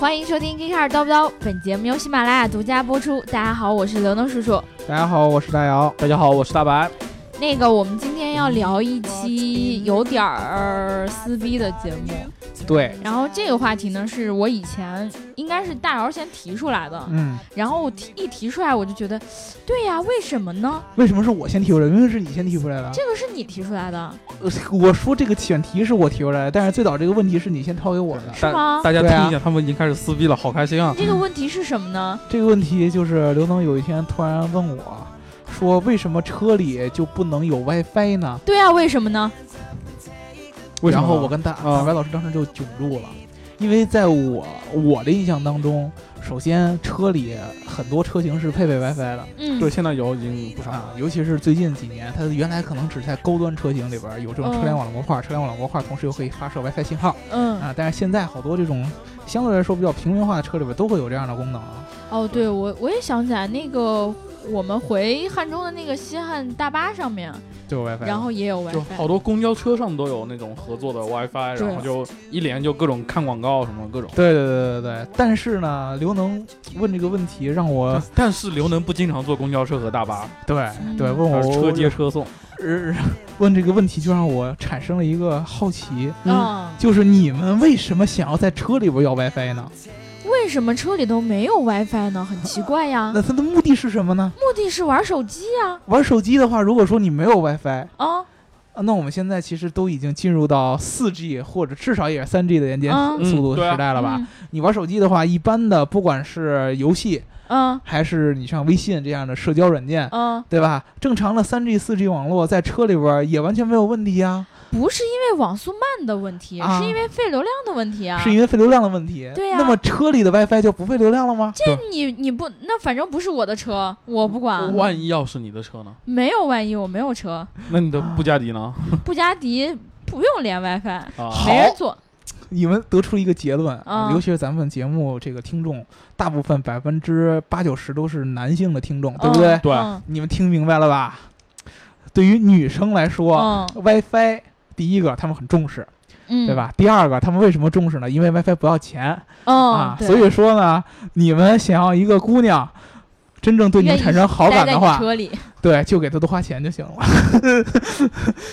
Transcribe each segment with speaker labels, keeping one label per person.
Speaker 1: 欢迎收听《g e e k a r 叨不叨》，本节目由喜马拉雅独家播出。大家好，我是刘能叔叔。
Speaker 2: 大家好，我是大姚。
Speaker 3: 大家好，我是大白。
Speaker 1: 那个，我们今天要聊一期有点儿撕逼的节目，
Speaker 2: 对，
Speaker 1: 然后这个话题呢，是我以前应该是大姚先提出来的，
Speaker 2: 嗯，
Speaker 1: 然后我提一提出来，我就觉得，对呀，为什么呢？
Speaker 2: 为什么是我先提出来？明明是你先提出来的。
Speaker 1: 这个是你提出来的，
Speaker 2: 呃我说这个选题是我提出来的，但是最早这个问题是你先抛给我的。
Speaker 1: 是吗
Speaker 3: 大家听
Speaker 2: 对啊
Speaker 3: 一下，他们已经开始撕逼了，好开心啊！
Speaker 1: 这个问题是什么呢？
Speaker 2: 这个问题就是刘能有一天突然问我，说为什么车里就不能有 WiFi 呢？
Speaker 1: 对呀，为什么呢？
Speaker 3: 为什
Speaker 2: 然
Speaker 3: 么
Speaker 2: 后我跟大
Speaker 3: 啊
Speaker 2: 大白老师当时就窘住了，因为在我我的印象当中，首先车里很多车型是配备 WiFi 的。
Speaker 1: 嗯，
Speaker 3: 对，现在有已经不少
Speaker 2: 啊
Speaker 3: 了，。
Speaker 2: 尤其是最近几年，它原来可能只在高端车型里边有这种
Speaker 1: 嗯
Speaker 2: 车联网的模块，车联网的模块同时又可以发射 WiFi 信号
Speaker 1: 嗯，
Speaker 2: 啊。但是现在好多这种相对来说比较平民化的车里边都会有这样的功能啊。
Speaker 1: 哦，对，我我也想起来那个。我们回汉中的那个西汉大巴上面，
Speaker 2: 就有 WiFi。
Speaker 1: 然后也有
Speaker 3: 就
Speaker 1: WiFi，
Speaker 3: 好多公交车上都有那种合作的 WiFi，
Speaker 1: 对
Speaker 3: 然后就一连就各种看广告什么各种。
Speaker 2: 对对对对对，但是呢，刘能问这个问题让我
Speaker 3: 但是刘能不经常坐公交车和大巴，
Speaker 2: 对
Speaker 1: 嗯
Speaker 2: 对问
Speaker 3: 而
Speaker 2: 我
Speaker 3: 是车接车送。
Speaker 2: 呃问这个问题，就让我产生了一个好奇，
Speaker 1: 嗯，
Speaker 2: 就是你们为什么想要在车里边要 WiFi 呢？
Speaker 1: 为什么车里头没有 WiFi 呢？很奇怪呀
Speaker 2: 那，它的目的是什么呢？
Speaker 1: 目的是玩手机呀。
Speaker 2: 玩手机的话，如果说你没有 WiFi，
Speaker 1: 啊
Speaker 2: 啊，那我们现在其实都已经进入到四 G 或者至少也是三 G 的连接
Speaker 1: 嗯
Speaker 2: 速度
Speaker 3: 嗯对啊
Speaker 2: 时代了吧？？你玩手机的话，一般的不管是游戏
Speaker 1: 嗯
Speaker 2: 还是你像微信这样的社交软件，
Speaker 1: 嗯，
Speaker 2: 对吧？正常的三 G、四 G 网络在车里边儿也完全没有问题啊，
Speaker 1: 不是因为网速慢的问题，
Speaker 2: 啊
Speaker 1: 是因为费流量的问题啊。
Speaker 2: 是因为费流量的问题。
Speaker 1: 对啊呀
Speaker 2: 那么车里的 WiFi 就不费流量了吗？
Speaker 1: 你你不那反正不是我的车，我不管。
Speaker 3: 万一要是你的车呢？
Speaker 1: 没有万一，我没有车，
Speaker 3: 那你的布加迪呢？
Speaker 1: 布加迪不用连 WiFi，
Speaker 3: 啊，
Speaker 2: 好
Speaker 1: 没人坐。
Speaker 2: 你们得出一个结论，
Speaker 1: 啊
Speaker 2: 尤其是咱们节目这个听众，大部分百分之八九十都是男性的听众，对不对？
Speaker 1: 嗯
Speaker 3: 对
Speaker 1: 嗯
Speaker 2: 你们听明白了吧？对于女生来说，WiFi，第一个他们很重视，
Speaker 1: 嗯，
Speaker 2: 对？吧？第二个他们为什么重视呢？因为 WiFi 不要钱、
Speaker 1: 嗯
Speaker 2: 啊，，所以说呢，你们想要一个姑娘真正对你们产生好
Speaker 1: 待
Speaker 2: 感
Speaker 1: 在
Speaker 2: 的
Speaker 1: 你
Speaker 2: 话，
Speaker 1: 车里，
Speaker 2: 对，就给她多花钱就行了。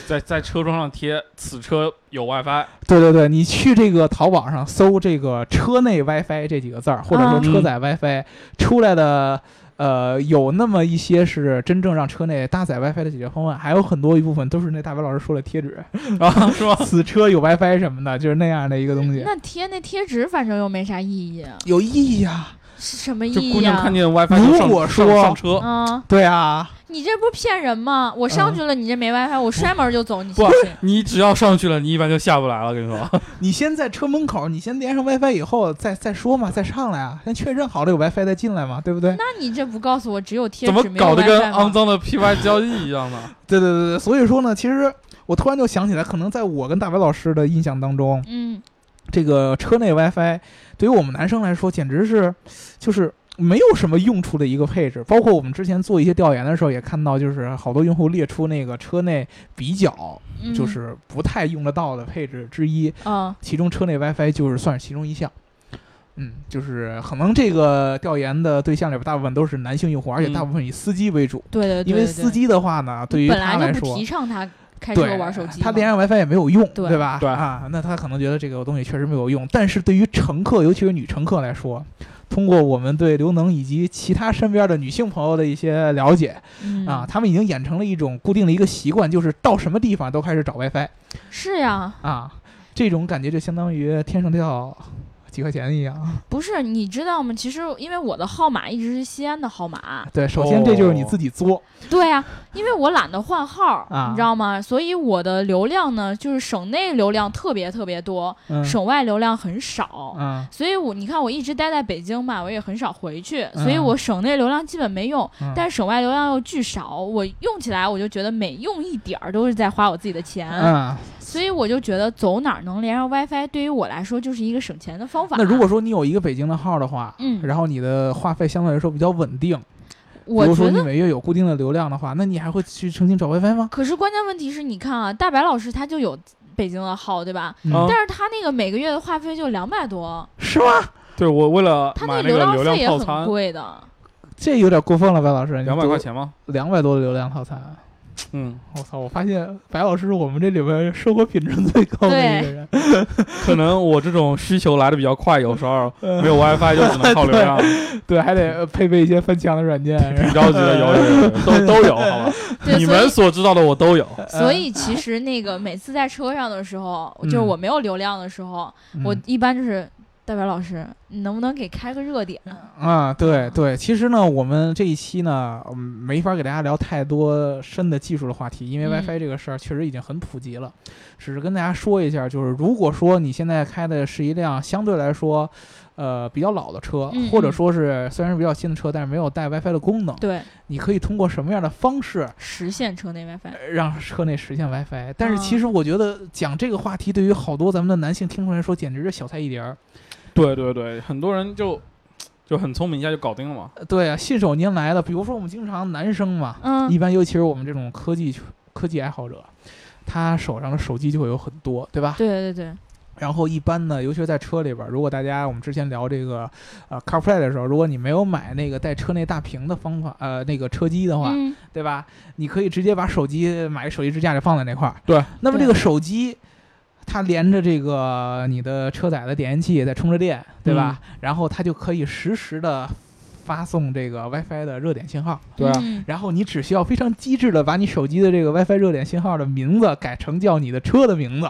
Speaker 3: 在在车窗上贴“此车有 WiFi”，
Speaker 2: 对对对，你去这个淘宝上搜这个“车内 WiFi” 这几个字儿，或者说
Speaker 1: 嗯
Speaker 2: 车载 WiFi 出来的。呃，有那么一些是真正让车内搭载 WiFi 的解决方案，还有很多一部分都是那大白老师说的贴 纸，
Speaker 3: 啊，是吗？
Speaker 2: 此车有 WiFi 什么的，就是那样的一个东西，
Speaker 1: 那贴那贴纸反正又没啥意义，
Speaker 2: 有意义啊。
Speaker 1: 是什么意
Speaker 3: 就姑
Speaker 1: 义
Speaker 3: 娘
Speaker 1: 啊
Speaker 3: 看？见 WiFi 就上
Speaker 2: 如果说
Speaker 3: 上上车，
Speaker 1: 嗯，
Speaker 2: 对啊，
Speaker 1: 你这不是骗人吗？我
Speaker 2: 嗯
Speaker 1: 上去了，你这没 WiFi，我摔门就走，你信
Speaker 3: 不
Speaker 2: 啊
Speaker 1: 不信？
Speaker 3: 你只要上去了，你一般就下不来了。跟你说，
Speaker 2: 你先在车门口，你先连上 WiFi 以后，再再说嘛，再上来啊，先确认好了有 WiFi 再进来嘛，对不对？
Speaker 1: 那你这不告诉我只有贴
Speaker 3: 怎么
Speaker 1: 纸没有
Speaker 3: 搞得
Speaker 1: WiFi
Speaker 3: 跟
Speaker 1: 吗
Speaker 3: 肮脏的 PY 交易一样呢？
Speaker 2: 对对对对，所以说呢，其实我突然就想起来，可能在我跟大白老师的印象当中，
Speaker 1: 嗯
Speaker 2: 这个车内 WiFi 对于我们男生来说，简直是就是。没有什么用处的一个配置，包括我们之前做一些调研的时候也看到，就是好多用户列出那个车内比较
Speaker 1: 嗯，
Speaker 2: 就是不太用得到的配置之一，
Speaker 1: 啊，
Speaker 2: 其中车内 WiFi 就是算是其中一项。嗯，就是可能这个调研的对象里边大部分都是男性用户，而且大部分以司机为主，
Speaker 1: 对对对嗯呃对，
Speaker 2: 因为
Speaker 1: 对
Speaker 2: 司机的话呢，对于
Speaker 1: 本
Speaker 2: 他
Speaker 1: 来
Speaker 2: 来
Speaker 1: 就不
Speaker 2: 说
Speaker 1: 提，倡他开车
Speaker 2: 对
Speaker 1: 玩手机嘛，
Speaker 2: 他连上 WiFi 也没有用，
Speaker 1: 对
Speaker 2: 吧？
Speaker 3: 对
Speaker 2: 啊，那他可能觉得这个东西确实没有用，但是对于乘客，尤其是女乘客来说，通过我们对刘能以及其他身边的女性朋友的一些了解、
Speaker 1: 嗯
Speaker 2: 啊，他们已经养成了一种固定的一个习惯，就是到什么地方都开始找 WiFi。
Speaker 1: 是呀，
Speaker 2: 啊，这种感觉就相当于天上掉几块钱 一样。
Speaker 1: 不是你知道吗？其实因为我的号码一直是西安的号码，
Speaker 2: 对，首先这就是你自己
Speaker 1: 哦
Speaker 2: 作，
Speaker 1: 对呀，因为我懒得换号，
Speaker 2: 啊
Speaker 1: 你知道吗？所以我的流量呢，就是省内流量特别特别多，
Speaker 2: 嗯
Speaker 1: 省外流量很少。
Speaker 2: 嗯
Speaker 1: 所以我你看我一直待在北京嘛，我也很少回去，
Speaker 2: 嗯
Speaker 1: 所以我省内流量基本没用，
Speaker 2: 嗯
Speaker 1: 但是省外流量又巨少，我用起来我就觉得每用一点儿都是在花我自己的钱，
Speaker 2: 嗯。
Speaker 1: 所以我就觉得走哪儿能连上 WiFi 对于我来说就是一个省钱的方法。
Speaker 2: 那如果说你有一个北京的号的话，
Speaker 1: 嗯
Speaker 2: 然后你的话费相对来说比较稳定，比
Speaker 1: 我
Speaker 2: 如说
Speaker 1: 觉
Speaker 2: 你
Speaker 1: 得。
Speaker 2: 每月有固定的流量的话，那你还会去重新找 WiFi 吗？
Speaker 1: 可是关键问题是你看啊，大白老师他就有北京的号，对吧？
Speaker 2: 嗯
Speaker 3: 啊
Speaker 1: 但是他那个每个月的话费就两百多，
Speaker 2: 是吗？
Speaker 3: 对我为了
Speaker 1: 它
Speaker 3: 买
Speaker 1: 那
Speaker 3: 那个
Speaker 1: 量
Speaker 3: 流量
Speaker 1: 费也
Speaker 3: 套
Speaker 1: 很
Speaker 3: 餐，
Speaker 1: 贵的，
Speaker 2: 这有点过分了，白老师，
Speaker 3: 两百块，钱吗？
Speaker 2: 两百多的流量套餐，
Speaker 3: 嗯，
Speaker 2: 我操！我发现白老师是我们这里边生活品质最高的一个人，
Speaker 3: 可能我这种需求来的比较快，有时 候
Speaker 2: 嗯
Speaker 3: 没有 WiFi 就只能靠流 量，
Speaker 2: 对，还得配备一些翻墙的软件。
Speaker 3: 挺着急的，有有 有，都都有，好吧？
Speaker 1: 对，
Speaker 3: 你
Speaker 1: 所
Speaker 3: 们
Speaker 1: 以
Speaker 3: 所知道的我都有，
Speaker 1: 所以其实那个每次在车上的时候，就是
Speaker 2: 嗯
Speaker 1: 我没有流量的时候，
Speaker 2: 嗯
Speaker 1: 我一般就是代表老师，你能不能给开个热点？
Speaker 2: 啊，对对，其实呢，我们这一期呢，嗯没法给大家聊太多深的技术的话题，因为
Speaker 1: 嗯
Speaker 2: WiFi 这个事儿确实已经很普及了。只是跟大家说一下，就是如果说你现在开的是一辆相对来说，呃，比较老的车，
Speaker 1: 嗯
Speaker 2: 或者
Speaker 1: 嗯
Speaker 2: 说是虽然是比较新的车，但是没有带 WiFi 的功能，
Speaker 1: 对，
Speaker 2: 你可以通过什么样的方式
Speaker 1: 实现车内 WiFi。
Speaker 2: 呃让车内实现 WiFi？但是其
Speaker 1: 嗯
Speaker 2: 实我觉得讲这个话题，对于好多咱们的男性听众来说，简直是小菜一碟儿。
Speaker 3: 对对对，很多人就就很聪明，一下就搞定了嘛。
Speaker 2: 呃对啊，信手拈来的，比如说我们经常男生嘛，
Speaker 1: 嗯
Speaker 2: 一般尤其是我们这种科技科技爱好者，他手上的手机就会有很多，对吧？
Speaker 1: 对对对，
Speaker 2: 然后一般呢，尤其是在车里边儿，如果大家我们之前聊这个呃 CarPlay 的时候，如果你没有买那个带车内大屏的方法，呃，那个车机的话，
Speaker 1: 嗯，
Speaker 2: 对吧？你可以直接把手机买个手机支架就放在那块儿。
Speaker 3: 对，
Speaker 2: 那么
Speaker 1: 对
Speaker 2: 这个手机。它连着这个你的车载的点烟器在充着电，对吧？
Speaker 1: 嗯
Speaker 2: 然后它就可以实时的发送这个 WiFi 的热点信号。
Speaker 3: 对啊，
Speaker 1: 嗯
Speaker 2: 然后你只需要非常机智的把你手机的这个 WiFi 热点信号的名字改成叫你的车的名字，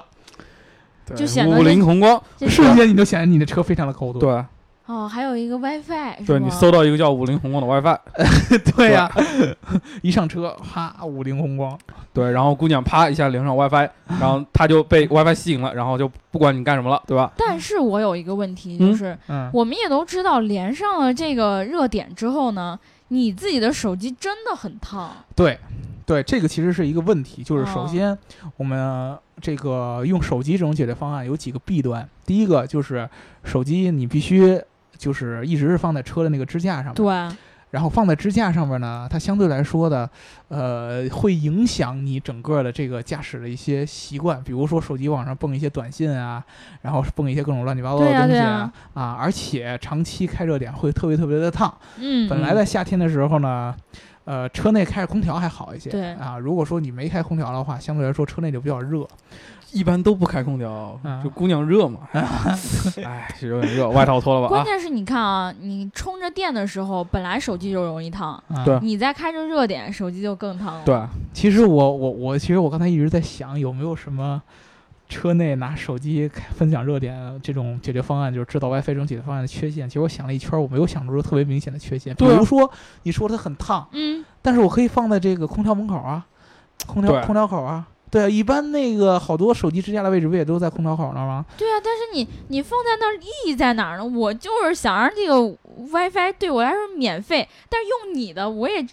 Speaker 1: 就显得
Speaker 3: 五菱宏光，
Speaker 1: 这
Speaker 2: 瞬间你就显得你的车非常的高端。
Speaker 3: 对
Speaker 1: 哦，还有一个 WiFi，
Speaker 3: 对，
Speaker 1: 是吗
Speaker 3: 你搜到一个叫五菱宏光的 WiFi，
Speaker 2: 对呀、 一上车，哈，五菱宏光，
Speaker 3: 对，然后姑娘啪一下连上 WiFi，然后她就被 WiFi 吸引了，然后就不管你干什么了，对吧？
Speaker 1: 但是我有一个问题，
Speaker 3: 嗯
Speaker 1: 就是、
Speaker 2: 嗯，
Speaker 1: 我们也都知道，连上了这个热点之后呢，你自己的手机真的很烫。
Speaker 2: 对，对，这个其实是一个问题，就是首
Speaker 1: 哦
Speaker 2: 先我们这个用手机这种解决方案有几个弊端，第一个就是手机你必须就是一直是放在车的那个支架上面，
Speaker 1: 对，啊
Speaker 2: 然后放在支架上面呢，它相对来说的，呃，会影响你整个的这个驾驶的一些习惯，比如说手机网上蹦一些短信啊，然后蹦一些各种乱七八糟的
Speaker 1: 对呀
Speaker 2: 东西
Speaker 1: 对
Speaker 2: 啊
Speaker 1: 呀
Speaker 2: 啊而且长期开热点会特别特别的烫。
Speaker 1: 嗯，
Speaker 2: 本来在夏天的时候呢，呃，车内开着空调还好一些，
Speaker 1: 对
Speaker 2: 啊，如果说你没开空调的话，相对来说车内就比较热。
Speaker 3: 一般都不开空调
Speaker 2: 嗯，
Speaker 3: 就姑娘热嘛， 哎，是有点热，外套脱了吧
Speaker 1: 关
Speaker 3: 啊。
Speaker 1: 键是你看啊，你充着电的时候，本来手机就容易烫，
Speaker 2: 啊、
Speaker 3: 对
Speaker 1: 你再开着热点，手机就更烫了。
Speaker 3: 对，
Speaker 2: 其实我我我其实我刚才一直在想有没有什么车内拿手机开分享热点这种解决方案，就是制
Speaker 3: 嗯
Speaker 2: 造 WiFi 这种解决方案的缺陷。其实我想了一圈，我没有想出特别明显的缺陷。比
Speaker 3: 对啊
Speaker 2: 如说你说它很烫，
Speaker 1: 嗯，
Speaker 2: 但是我可以放在这个空调门口啊，空调
Speaker 3: 对
Speaker 2: 空调口啊。对啊，一般那个好多手机支架的位置不也都在空调口那儿吗？
Speaker 1: 对啊，但是你你放在那儿意义在哪儿呢？我就是想让这个 WiFi 对我来说免费，但是用你的我也，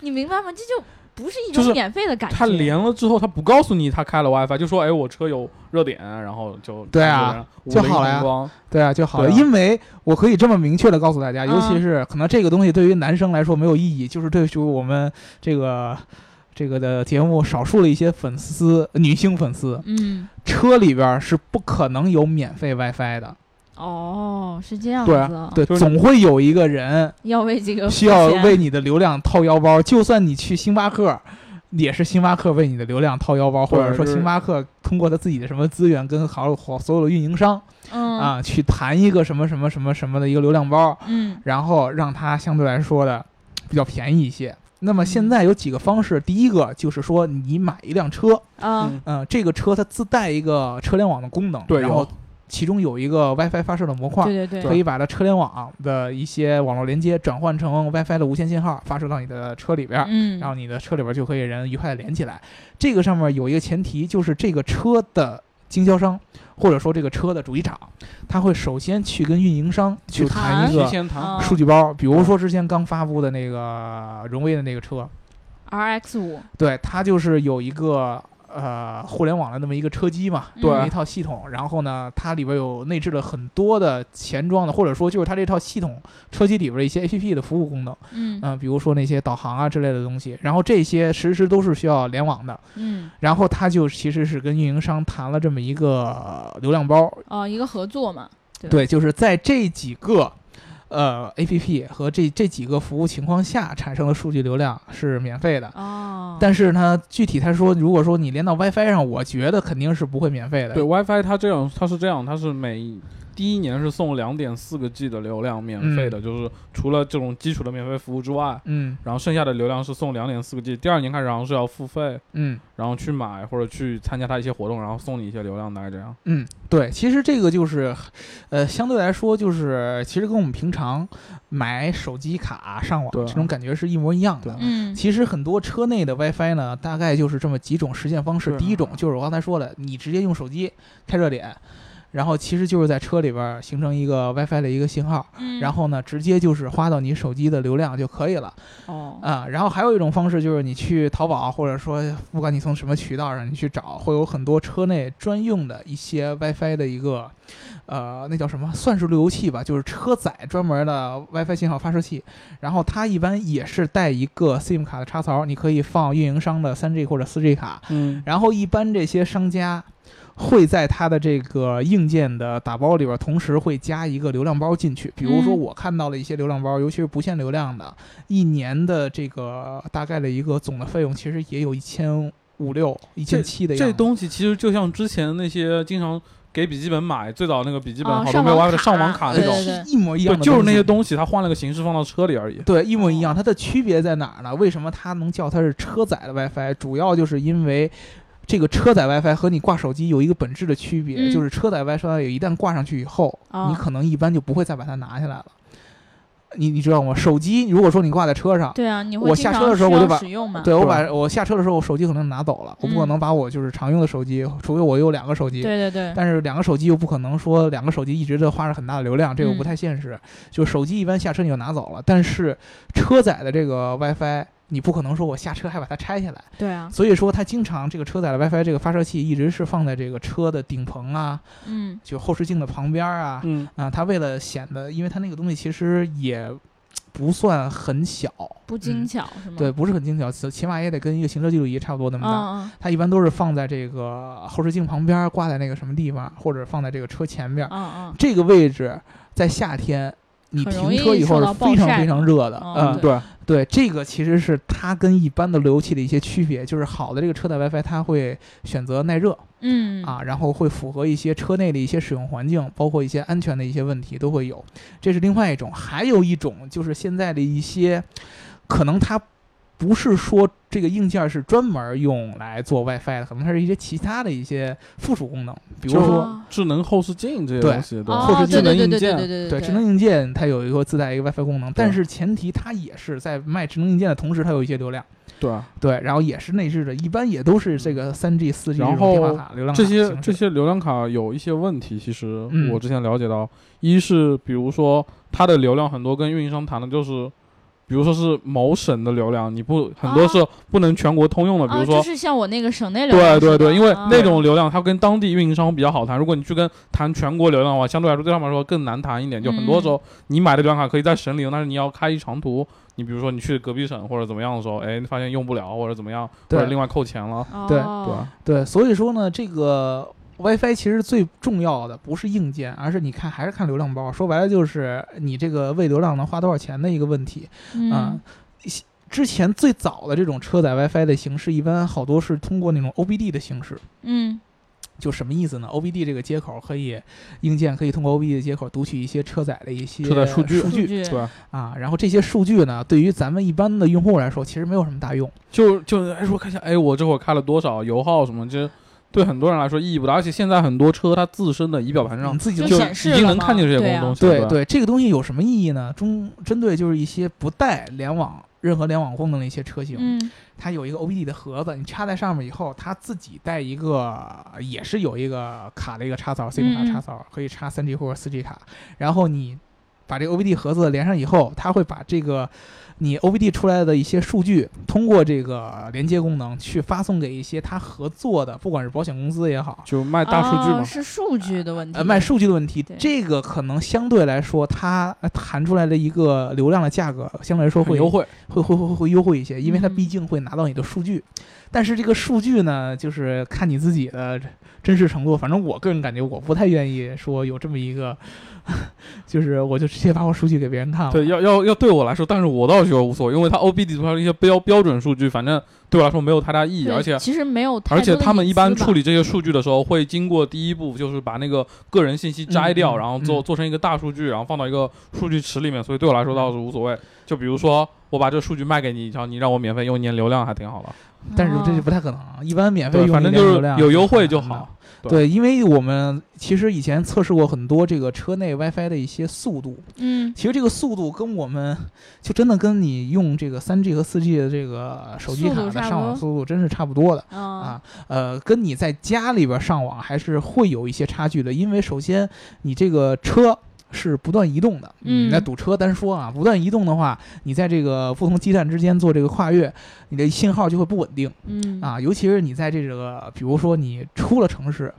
Speaker 1: 你明白吗？这就不是一
Speaker 3: 就
Speaker 1: 种
Speaker 3: 是
Speaker 1: 免费的感觉。
Speaker 3: 他连了之后，他不告诉你他开了 WiFi，就说哎，我车有热点，然后就
Speaker 2: 对啊，
Speaker 3: 五
Speaker 2: 就
Speaker 3: 菱
Speaker 2: 好了呀
Speaker 3: 宏光，
Speaker 2: 对啊，就好了，
Speaker 3: 对啊
Speaker 2: 因为我可以这么明确的告诉大家，尤其
Speaker 1: 嗯
Speaker 2: 是可能这个东西对于男生来说没有意义，就是对于我们这个这个的节目少数的一些粉丝，女性粉丝，
Speaker 1: 嗯，
Speaker 2: 车里边是不可能有免费 WiFi 的，
Speaker 1: 哦，是这样子
Speaker 3: 对啊
Speaker 1: 啊，
Speaker 2: 对，
Speaker 3: 就是
Speaker 2: 总会有一个人
Speaker 1: 要为这个
Speaker 2: 需要
Speaker 1: 付钱
Speaker 2: 为你的流量掏腰包，就算你去星巴克。也是星巴克为你的流量掏腰包，或
Speaker 3: 对
Speaker 2: 者说
Speaker 3: 就是
Speaker 2: 星巴克通过他自己的什么资源跟好好所有的运营商
Speaker 1: 嗯
Speaker 2: 啊，去谈一个什么什么什么什么的一个流量包，
Speaker 1: 嗯
Speaker 2: 然后让它相对来说的比较便宜一些。那么现在有几个方式，第一个就是说你买一辆车，
Speaker 1: 啊
Speaker 3: 嗯
Speaker 2: 嗯、这个车它自带一个车联网的功能，
Speaker 3: 对
Speaker 2: 然
Speaker 3: 有
Speaker 2: 后其中有一个 WiFi 发射的模块，
Speaker 1: 对对
Speaker 2: 可
Speaker 1: 对，
Speaker 2: 以把它车联网的一些网络连接转换成 WiFi 的无线信号发射到你的车里边，
Speaker 1: 嗯，
Speaker 2: 然后你的车里边就可以人愉快的连起来。这个上面有一个前提，就是这个车的经销商或者说这个车的主机厂，他会首先去跟运营商去
Speaker 1: 就
Speaker 2: 谈一
Speaker 3: 提
Speaker 2: 个
Speaker 3: 前谈
Speaker 1: 啊
Speaker 2: 数据包，比如说之前刚发布的那个荣威的那个车，
Speaker 1: RX 五
Speaker 2: 对，它就是有一个呃互联网的那么一个车机嘛，
Speaker 1: 对
Speaker 2: 有一套系统，然后呢，它里边有内置了很多的前装的，或者说就是它这套系统车机里边的一些 APP 的服务功能，
Speaker 1: 嗯
Speaker 2: 嗯、比如说那些导航啊之类的东西，然后这些实时都是需要联网的，
Speaker 1: 嗯
Speaker 2: 然后它就其实是跟运营商谈了这么一个呃流量包，
Speaker 1: 哦，一个合作嘛，对
Speaker 2: 对，就是在这几个呃 APP 和这这几个服务情况下产生的数据流量是免费的。
Speaker 1: 哦，
Speaker 2: 但是呢，具体他说，如果说你连到 WiFi 上，我觉得肯定是不会免费的。
Speaker 3: 对 WiFi 它这样，它是这样，它是每第一年是送两点四个 G 的流量免费的，就是除了这种基础的免费服务之外，
Speaker 2: 嗯
Speaker 3: 然后剩下的流量是送两点四个 G。第二年开始好像是要付费，
Speaker 2: 嗯
Speaker 3: 然后去买或者去参加它一些活动，然后送你一些流量，大概这样。
Speaker 2: 嗯，对，其实这个就是，呃，相对来说就是，其实跟我们平常买手机卡上网
Speaker 3: 对啊
Speaker 2: 这种感觉是一模一样的。
Speaker 1: 嗯，
Speaker 2: 其实很多车内的 WiFi 呢，大概就是这么几种实现方式。
Speaker 3: 对啊
Speaker 2: 第一种就是我刚才说的，你直接用手机开热点，然后其实就是在车里边儿形成一个 WiFi 的一个信号，
Speaker 1: 嗯
Speaker 2: 然后呢，直接就是花到你手机的流量就可以了
Speaker 1: 哦，
Speaker 2: 啊、然后还有一种方式就是你去淘宝，或者说不管你从什么渠道上你去找，会有很多车内专用的一些 WiFi 的一个，呃，那叫什么？算是路由器吧，就是车载专门的 WiFi 信号发射器。然后它一般也是带一个 SIM 卡的插槽，你可以放运营商的 3G 或者 4G 卡。
Speaker 3: 嗯，
Speaker 2: 然后一般这些商家会在它的这个硬件的打包里边，同时会加一个流量包进去。比如说
Speaker 1: 嗯
Speaker 2: 我看到了一些流量包，尤其是不限流量的，一年的这个大概的一个总的费用，其实也有一千五六、一千七的样
Speaker 3: 这
Speaker 2: 子。
Speaker 3: 东西其实就像之前那些经常给笔记本买最早那个笔记本
Speaker 1: 哦
Speaker 3: 好多
Speaker 1: 上
Speaker 3: 没有
Speaker 1: 网
Speaker 3: WiFi 的
Speaker 1: 卡
Speaker 3: 上网卡那
Speaker 1: 对
Speaker 3: 种，
Speaker 1: 对
Speaker 2: 是一模一样的，
Speaker 3: 就是那些
Speaker 2: 东西。
Speaker 3: 东西，它换了个形式放到车里而已。
Speaker 2: 对，一模一样。它的区别在哪儿呢？为什么它能叫它是车载的 WiFi？主要就是因为这个车载 WiFi 和你挂手机有一个本质的区别，
Speaker 1: 嗯
Speaker 2: 就是车载 WiFi 一旦挂上去以后，
Speaker 1: 哦
Speaker 2: 你可能一般就不会再把它拿下来了。你你知道吗？手机如果说你挂在车上，
Speaker 1: 对啊，你
Speaker 2: 我
Speaker 1: 会经
Speaker 2: 下
Speaker 1: 常
Speaker 2: 车的时候
Speaker 1: 需
Speaker 2: 我就
Speaker 1: 要
Speaker 2: 把
Speaker 1: 使用嘛，
Speaker 2: 对我
Speaker 3: 对
Speaker 2: 把我下车的时候，我手机可能拿走了，我不可
Speaker 1: 嗯
Speaker 2: 能把我就是常用的手机，除非我有两个手机。
Speaker 1: 对对对，
Speaker 2: 但是两个手机又不可能说两个手机一直的花着很大的流量，这个
Speaker 1: 嗯
Speaker 2: 不太现实。就手机一般下车你就拿走了，但是车载的这个 WiFi。你不可能说我下车还把它拆下来，
Speaker 1: 对啊，
Speaker 2: 所以说它经常这个车载的 WiFi 这个发射器一直是放在这个车的顶棚啊，
Speaker 1: 嗯
Speaker 2: 就后视镜的旁边啊，
Speaker 3: 嗯，
Speaker 2: 啊，它为了显得，因为它那个东西其实也不算很小，
Speaker 1: 不
Speaker 2: 嗯
Speaker 1: 精巧是吗？
Speaker 2: 对，不是很精巧，起起码也得跟一个行车记录仪差不多那么大。
Speaker 1: 嗯，嗯
Speaker 2: 它一般都是放在这个后视镜旁边，挂在那个什么地方，或者放在这个车前边。
Speaker 1: 嗯嗯
Speaker 2: 这个位置在夏天你
Speaker 1: 很
Speaker 2: 停
Speaker 1: 容易
Speaker 2: 车以后
Speaker 1: 受
Speaker 2: 是
Speaker 1: 到
Speaker 2: 非
Speaker 1: 暴
Speaker 2: 常
Speaker 1: 晒
Speaker 2: 非常热的。
Speaker 1: 哦
Speaker 2: 嗯，
Speaker 3: 对，
Speaker 2: 对，这个其实是它跟一般的路由器的一些区别，就是好的这个车载 WiFi 它会选择耐热
Speaker 1: 嗯
Speaker 2: 啊，然后会符合一些车内的一些使用环境，包括一些安全的一些问题都会有。这是另外一种，还有一种就是现在的一些，可能它。不是说这个硬件是专门用来做 WiFi 的，可能它是一些其他的一些附属功能，比如
Speaker 3: 就是
Speaker 2: 说
Speaker 1: 哦
Speaker 3: 智能后视镜这些
Speaker 2: 对
Speaker 3: 东西，对吧，
Speaker 1: 哦，
Speaker 2: 后视
Speaker 1: 对
Speaker 3: 智能
Speaker 1: 对对
Speaker 3: 硬
Speaker 1: 对对
Speaker 3: 件
Speaker 1: 对，对对，
Speaker 2: 对，智能硬件它有一个自带一个 WiFi 功能，但是前提它也是在卖智能硬件的同时，它有一些流量，
Speaker 3: 对啊，
Speaker 2: 对，然后也是内置的，一般也都是这个三 G、四 G
Speaker 3: 嗯然
Speaker 2: 这种电话
Speaker 3: 后
Speaker 2: 卡流量卡
Speaker 3: 这
Speaker 2: 形
Speaker 3: 些
Speaker 2: 式
Speaker 3: 这些流量卡有一些问题，其实
Speaker 2: 嗯
Speaker 3: 我之前了解到，一是比如说它的流量很多跟运营商谈的就是，比如说是某省的流量，你不很多
Speaker 1: 哦
Speaker 3: 是不能全国通用的，比
Speaker 1: 啊，
Speaker 3: 如
Speaker 1: 就
Speaker 3: 说。
Speaker 1: 是像我那个省内流量
Speaker 3: 对
Speaker 1: 是吧，
Speaker 3: 对对，因为
Speaker 1: 啊
Speaker 3: 那种流量它跟当地运营商比较好谈，如果你去跟谈全国流量的话，相对来说对他们来说更难谈一点。就很多
Speaker 1: 嗯
Speaker 3: 时候你买的流量卡可以在省里用，但是你要开一长途，你比如说你去隔壁省或者怎么样的时候，哎，发现用不了或者怎么样，或
Speaker 2: 对
Speaker 3: 者另外扣钱了，
Speaker 2: 对
Speaker 3: 对
Speaker 1: 哦
Speaker 3: 吧？
Speaker 2: 对，所以说呢，这个 WiFi 其实最重要的不是硬件，而是你看还是看流量包，说白了就是你这个为流量能花多少钱的一个问题啊。
Speaker 1: 嗯
Speaker 2: 之前最早的这种车载 WiFi 的形式，一般好多是通过那种 OBD 的形式，
Speaker 1: 嗯
Speaker 2: 就什么意思呢？OBD 这个接口可以，硬件可以通过 OBD 的接口读取一些车载的一些
Speaker 3: 车载数据
Speaker 2: 数据
Speaker 1: 据
Speaker 3: 对吧？
Speaker 2: 啊。然后这些数据呢，对于咱们一般的用户来说，其实没有什么大用。
Speaker 3: 就就哎，我看一下，哎，我这会儿开了多少油耗什么，这对很多人来说意义不大。而且现在很多车它自身的仪表盘上
Speaker 2: 你自
Speaker 1: 嗯
Speaker 2: 己
Speaker 1: 就
Speaker 3: 就
Speaker 1: 显示
Speaker 3: 已经
Speaker 1: 了
Speaker 3: 能
Speaker 1: 嘛
Speaker 3: 看见这些
Speaker 1: 对
Speaker 3: 功
Speaker 1: 啊
Speaker 3: 东西，
Speaker 2: 对
Speaker 3: 吧？
Speaker 2: 对，这个东西有什么意义呢？中针对就是一些不带联网任何联网功能的一些车型，
Speaker 1: 嗯
Speaker 2: 它有一个 OBD 的盒子，你插在上面以后，它自己带一个，也是有一个卡的一个插槽，SIM 卡
Speaker 1: 嗯嗯
Speaker 2: 插槽，可以插 3G 或者 4G 卡。然后你把这个 OBD 盒子连上以后，它会把这个你 OBD 出来的一些数据，通过这个连接功能去发送给一些它合作的，不管是保险公司也好，
Speaker 3: 就卖大数据
Speaker 1: 哦
Speaker 3: 嘛。
Speaker 1: 是数据的问题，
Speaker 2: 呃，卖数据的问题
Speaker 1: 嗯对，
Speaker 2: 这个可能相对来说，它呃弹出来的一个流量的价格，相对来说
Speaker 3: 很
Speaker 2: 会
Speaker 3: 优惠，
Speaker 2: 会会会会优惠一些，因为它
Speaker 1: 嗯
Speaker 2: 毕竟会拿到你的数据。但是这个数据呢，就是看你自己的真实程度。反正我个人感觉，我不太愿意说有这么一个， 就是我就直接把我数据给别人看了。
Speaker 3: 对，要要要对我来说，但是我倒觉得无所谓，因为它 OBD 它的一些标标准数据，反正对我来说没有太大意义，
Speaker 1: 对
Speaker 3: 而且
Speaker 1: 其实没有太
Speaker 3: 而
Speaker 1: 多的
Speaker 3: 且他们一般
Speaker 1: 隐私吧
Speaker 3: 处理这些数据的时候，会经过第一步，就是把那个个人信息摘掉，
Speaker 2: 嗯嗯
Speaker 3: 然后做
Speaker 2: 嗯
Speaker 3: 做成一个大数据，然后放到一个数据池里面。所以对我来说倒是无所谓。就比如说，我把这数据卖给你，然后你让我免费用一年流量，还挺好的。
Speaker 2: 但是这是
Speaker 1: 哦
Speaker 2: 不太可能啊，一般免费
Speaker 3: 对，
Speaker 2: 用
Speaker 3: 反正
Speaker 2: 你的
Speaker 3: 就
Speaker 2: 流
Speaker 3: 是
Speaker 2: 量
Speaker 3: 有优
Speaker 2: 很
Speaker 3: 惠
Speaker 2: 难
Speaker 3: 就
Speaker 2: 的
Speaker 3: 好。。
Speaker 2: 对，因为我们其实以前测试过很多这个车内 WiFi 的一些速度，
Speaker 1: 嗯，
Speaker 2: 其实这个速度跟我们就真的跟你用这个三 G 和四 G 的这个手机
Speaker 1: 速
Speaker 2: 卡
Speaker 1: 度
Speaker 2: 的
Speaker 1: 差不
Speaker 2: 上网
Speaker 1: 多
Speaker 2: 速度真是差不多的。
Speaker 1: 啊
Speaker 2: 啊，呃，跟你在家里边上网还是会有一些差距的，因为首先你这个车。是不断移动的，
Speaker 1: 嗯
Speaker 2: 你在堵车单说啊，不断移动的话，你在这个不同基站之间做这个跨越，你的信号就会不稳定
Speaker 1: 嗯
Speaker 2: 啊，尤其是你在这个，比如说你出了城市，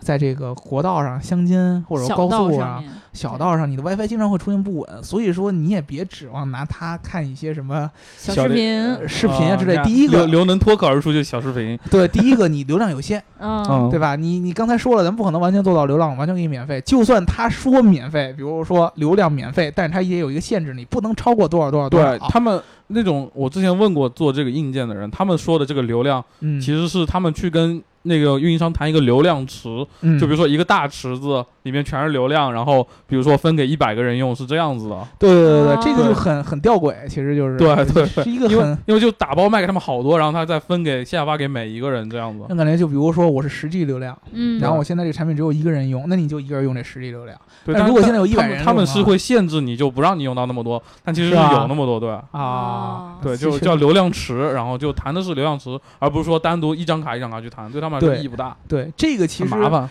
Speaker 2: 在这个国道上、乡间或者
Speaker 1: 小
Speaker 2: 高
Speaker 1: 道
Speaker 2: 速
Speaker 1: 上
Speaker 2: 啊、
Speaker 1: 面
Speaker 2: 小道上，你的 WiFi 经常会出现不稳，所以说你也别指望拿它看一些什么
Speaker 1: 小
Speaker 3: 小
Speaker 1: 视
Speaker 3: 的
Speaker 1: 频，
Speaker 2: 呃视频啊之类。
Speaker 3: 呃
Speaker 2: 第一
Speaker 3: 刘
Speaker 2: 个，
Speaker 3: 刘能脱口而出就是小视频，
Speaker 2: 对，第一个你流量有限，
Speaker 1: 嗯
Speaker 2: 对吧？你你刚才说了，咱不可能完全做到流量完全给你免费。就算他说免费，比如说流量免费，但是他也有一个限制，你不能超过多少多少多少。啊
Speaker 3: 对他们那种，我之前问过做这个硬件的人，他们说的这个流量
Speaker 2: 嗯，
Speaker 3: 其实是他们去跟那个运营商谈一个流量池，
Speaker 2: 嗯，
Speaker 3: 就比如说一个大池子里面全是流量，然后比如说分给一百个人用是这样 子的，
Speaker 2: 对对对
Speaker 1: 哦
Speaker 2: 对，这个就很很吊诡，其实就是
Speaker 3: 对对对
Speaker 2: 是一个
Speaker 3: 因
Speaker 2: 很
Speaker 3: 为。因为就打包卖给他们好多，然后他再分给下发给每一个人这样子。
Speaker 2: 那感觉就比如说我是十 G 流量，
Speaker 1: 嗯，
Speaker 2: 然后我现在这个产品只有一个人用，那你就一个人用这十 G 流量
Speaker 3: 对，
Speaker 2: 但
Speaker 3: 但
Speaker 2: 如果
Speaker 3: 但
Speaker 2: 现在有100
Speaker 3: 他们
Speaker 2: 人用
Speaker 3: 他们
Speaker 2: 的
Speaker 3: 是
Speaker 2: 话
Speaker 3: 会限制你就不让你用到那么多，但其实
Speaker 2: 是啊
Speaker 3: 有那么多，对。
Speaker 1: 哦
Speaker 3: 对，
Speaker 2: 其
Speaker 3: 就
Speaker 2: 实
Speaker 3: 叫流量池，然后就谈的是流量池，而不是说单独一张卡一张卡去谈，对他们来说
Speaker 2: 对
Speaker 3: 意义不大，
Speaker 2: 对这个其
Speaker 3: 很
Speaker 2: 实
Speaker 3: 麻烦。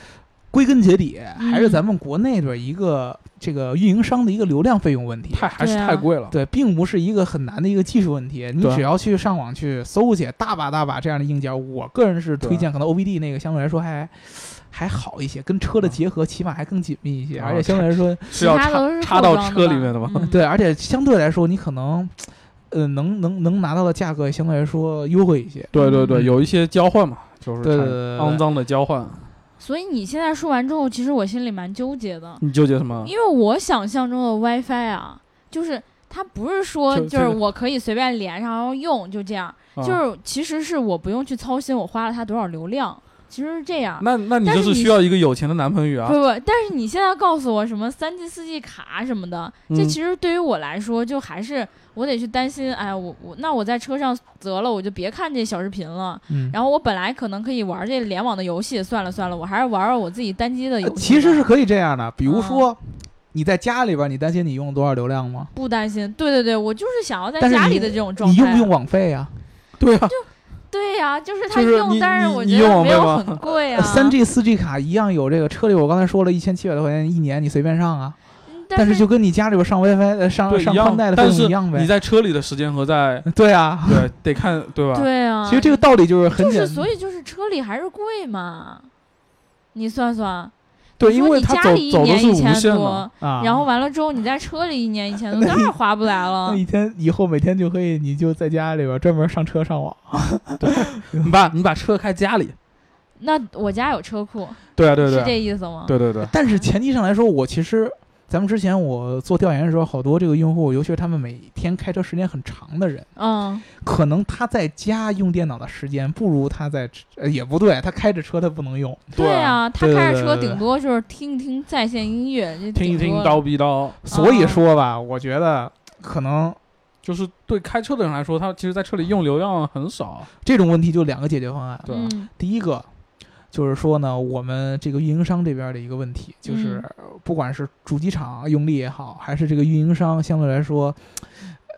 Speaker 2: 归根结底还是
Speaker 1: 嗯
Speaker 2: 咱们国内的一个这个运营商的一个流量费用问题。
Speaker 3: 太还是
Speaker 1: 对啊
Speaker 3: 太贵了。
Speaker 2: 对，并不是一个很难的一个技术问题，你
Speaker 3: 对
Speaker 2: 只要去上网去搜去，大把大把这样的硬件，我个人是推荐，可能 OBD 那个相对来说还还好一些，跟车的结合起码还更紧密一些，
Speaker 3: 啊
Speaker 2: 而且相对来说，
Speaker 3: 是要
Speaker 1: 其他都
Speaker 3: 插
Speaker 1: 是
Speaker 3: 插
Speaker 1: 后
Speaker 3: 到
Speaker 1: 装的
Speaker 3: 车里
Speaker 1: 吧
Speaker 3: 面的吗？
Speaker 1: 嗯
Speaker 2: 对，而且相对来说你可能。呃，能能能拿到的价格相对来说优惠一些。
Speaker 3: 对对对，
Speaker 2: 嗯
Speaker 3: 有一些交换嘛，就是
Speaker 2: 对对
Speaker 3: 产
Speaker 2: 对对
Speaker 3: 肮脏的交换。
Speaker 1: 所以你现在说完之后，其实我心里蛮纠结的，
Speaker 3: 你纠结什么？
Speaker 1: 因为我想象中的 WiFi 啊，就是它不是说
Speaker 3: 就
Speaker 1: 就是
Speaker 3: 就是
Speaker 1: 我可以随便连上然后用就这样，
Speaker 3: 啊
Speaker 1: 就是其实是我不用去操心我花了它多少流量，其实是这样。
Speaker 3: 那那你
Speaker 1: 啊但
Speaker 3: 就是是
Speaker 1: 你
Speaker 3: 需要一个有钱的男朋友啊
Speaker 1: 不。不，但是你现在告诉我什么三 G、四 G 卡什么的，这
Speaker 3: 嗯
Speaker 1: 其实对于我来说，就还是我得去担心，哎，我我那我在车上得了，我就别看这小视频了。
Speaker 2: 嗯，
Speaker 1: 然后我本来可能可以玩这联网的游戏，算了算了，我还是玩玩我自己单机的游戏
Speaker 2: 呃
Speaker 1: 吧。
Speaker 2: 其实是可以这样的，比如
Speaker 3: 啊
Speaker 2: 说你在家里边，你担心你用了多少流量吗？
Speaker 1: 不担心，对对对，我就是想要在
Speaker 2: 但是
Speaker 1: 家
Speaker 2: 你
Speaker 1: 里的这种状态。
Speaker 2: 你用不用网费啊？
Speaker 3: 对啊，
Speaker 1: 对呀、就是他
Speaker 3: 就是
Speaker 1: 用，
Speaker 3: 你
Speaker 1: 但是
Speaker 3: 你
Speaker 1: 我觉
Speaker 3: 你用
Speaker 1: 得
Speaker 3: 网
Speaker 1: 没
Speaker 3: 费
Speaker 1: 有
Speaker 3: 吗
Speaker 1: 很贵啊。
Speaker 2: 三 G、四 G 卡一样有这个车里，我刚才说了一千七百多块钱一年，你随便上啊。
Speaker 1: 嗯，
Speaker 2: 但
Speaker 1: 但
Speaker 2: 是就跟你家里边上 WiFi 呃上
Speaker 3: 对
Speaker 2: 上
Speaker 3: 一样
Speaker 2: 宽带的费
Speaker 3: 但
Speaker 2: 用
Speaker 3: 是
Speaker 2: 一样
Speaker 3: 你
Speaker 2: 呗。
Speaker 3: 在车里的时间和 在
Speaker 2: 对啊，
Speaker 3: 对得看对吧？
Speaker 1: 对啊，
Speaker 2: 其实这个道理就是很
Speaker 1: 就
Speaker 2: 简
Speaker 1: 是
Speaker 2: 单
Speaker 1: 所。以就是车里还是贵嘛，你算算，
Speaker 3: 对，
Speaker 1: 你
Speaker 3: 因
Speaker 1: 说
Speaker 3: 为
Speaker 1: 你
Speaker 3: 它
Speaker 1: 家
Speaker 3: 走
Speaker 1: 里一
Speaker 3: 走的
Speaker 1: 年
Speaker 3: 是
Speaker 1: 一
Speaker 3: 无
Speaker 1: 千
Speaker 3: 限的
Speaker 1: 多，，
Speaker 2: 啊，
Speaker 1: 然后完了之后你在车里一年一千多，
Speaker 2: 那
Speaker 1: 当
Speaker 2: 你
Speaker 1: 然划不来了
Speaker 2: 那。一天以后每天就可以，你就在家里边专门上车上网。
Speaker 3: 你把你把车开家里。
Speaker 1: 那我家有车库，
Speaker 3: 对啊对
Speaker 1: 是
Speaker 3: 对
Speaker 1: 这意思吗？
Speaker 3: 对对对，
Speaker 2: 但是前提上来说，我其实咱们之前我做调研的时候，好多这个用户，尤其是他们每天开车时间很长的人，
Speaker 1: 嗯，
Speaker 2: 可能他在家用电脑的时间不如他在呃也不对，他开着车他不能用，
Speaker 1: 对啊，他开着车
Speaker 2: 对对对对
Speaker 1: 顶多就是听一听在线音乐，这
Speaker 3: 听
Speaker 1: 顶
Speaker 3: 一听
Speaker 1: 多了
Speaker 3: 叨逼叨，
Speaker 2: 所以
Speaker 3: 哦
Speaker 2: 说吧，我觉得可能
Speaker 3: 就是对开车的人来说，他其实在车里用流量很少。
Speaker 2: 这种问题就两个解决方案。
Speaker 3: 对啊
Speaker 1: 嗯
Speaker 2: 第一个就是说呢，我们这个运营商这边的一个问题，
Speaker 3: 嗯
Speaker 2: 就是不管是主机厂用力也好，还是这个运营商相对来说，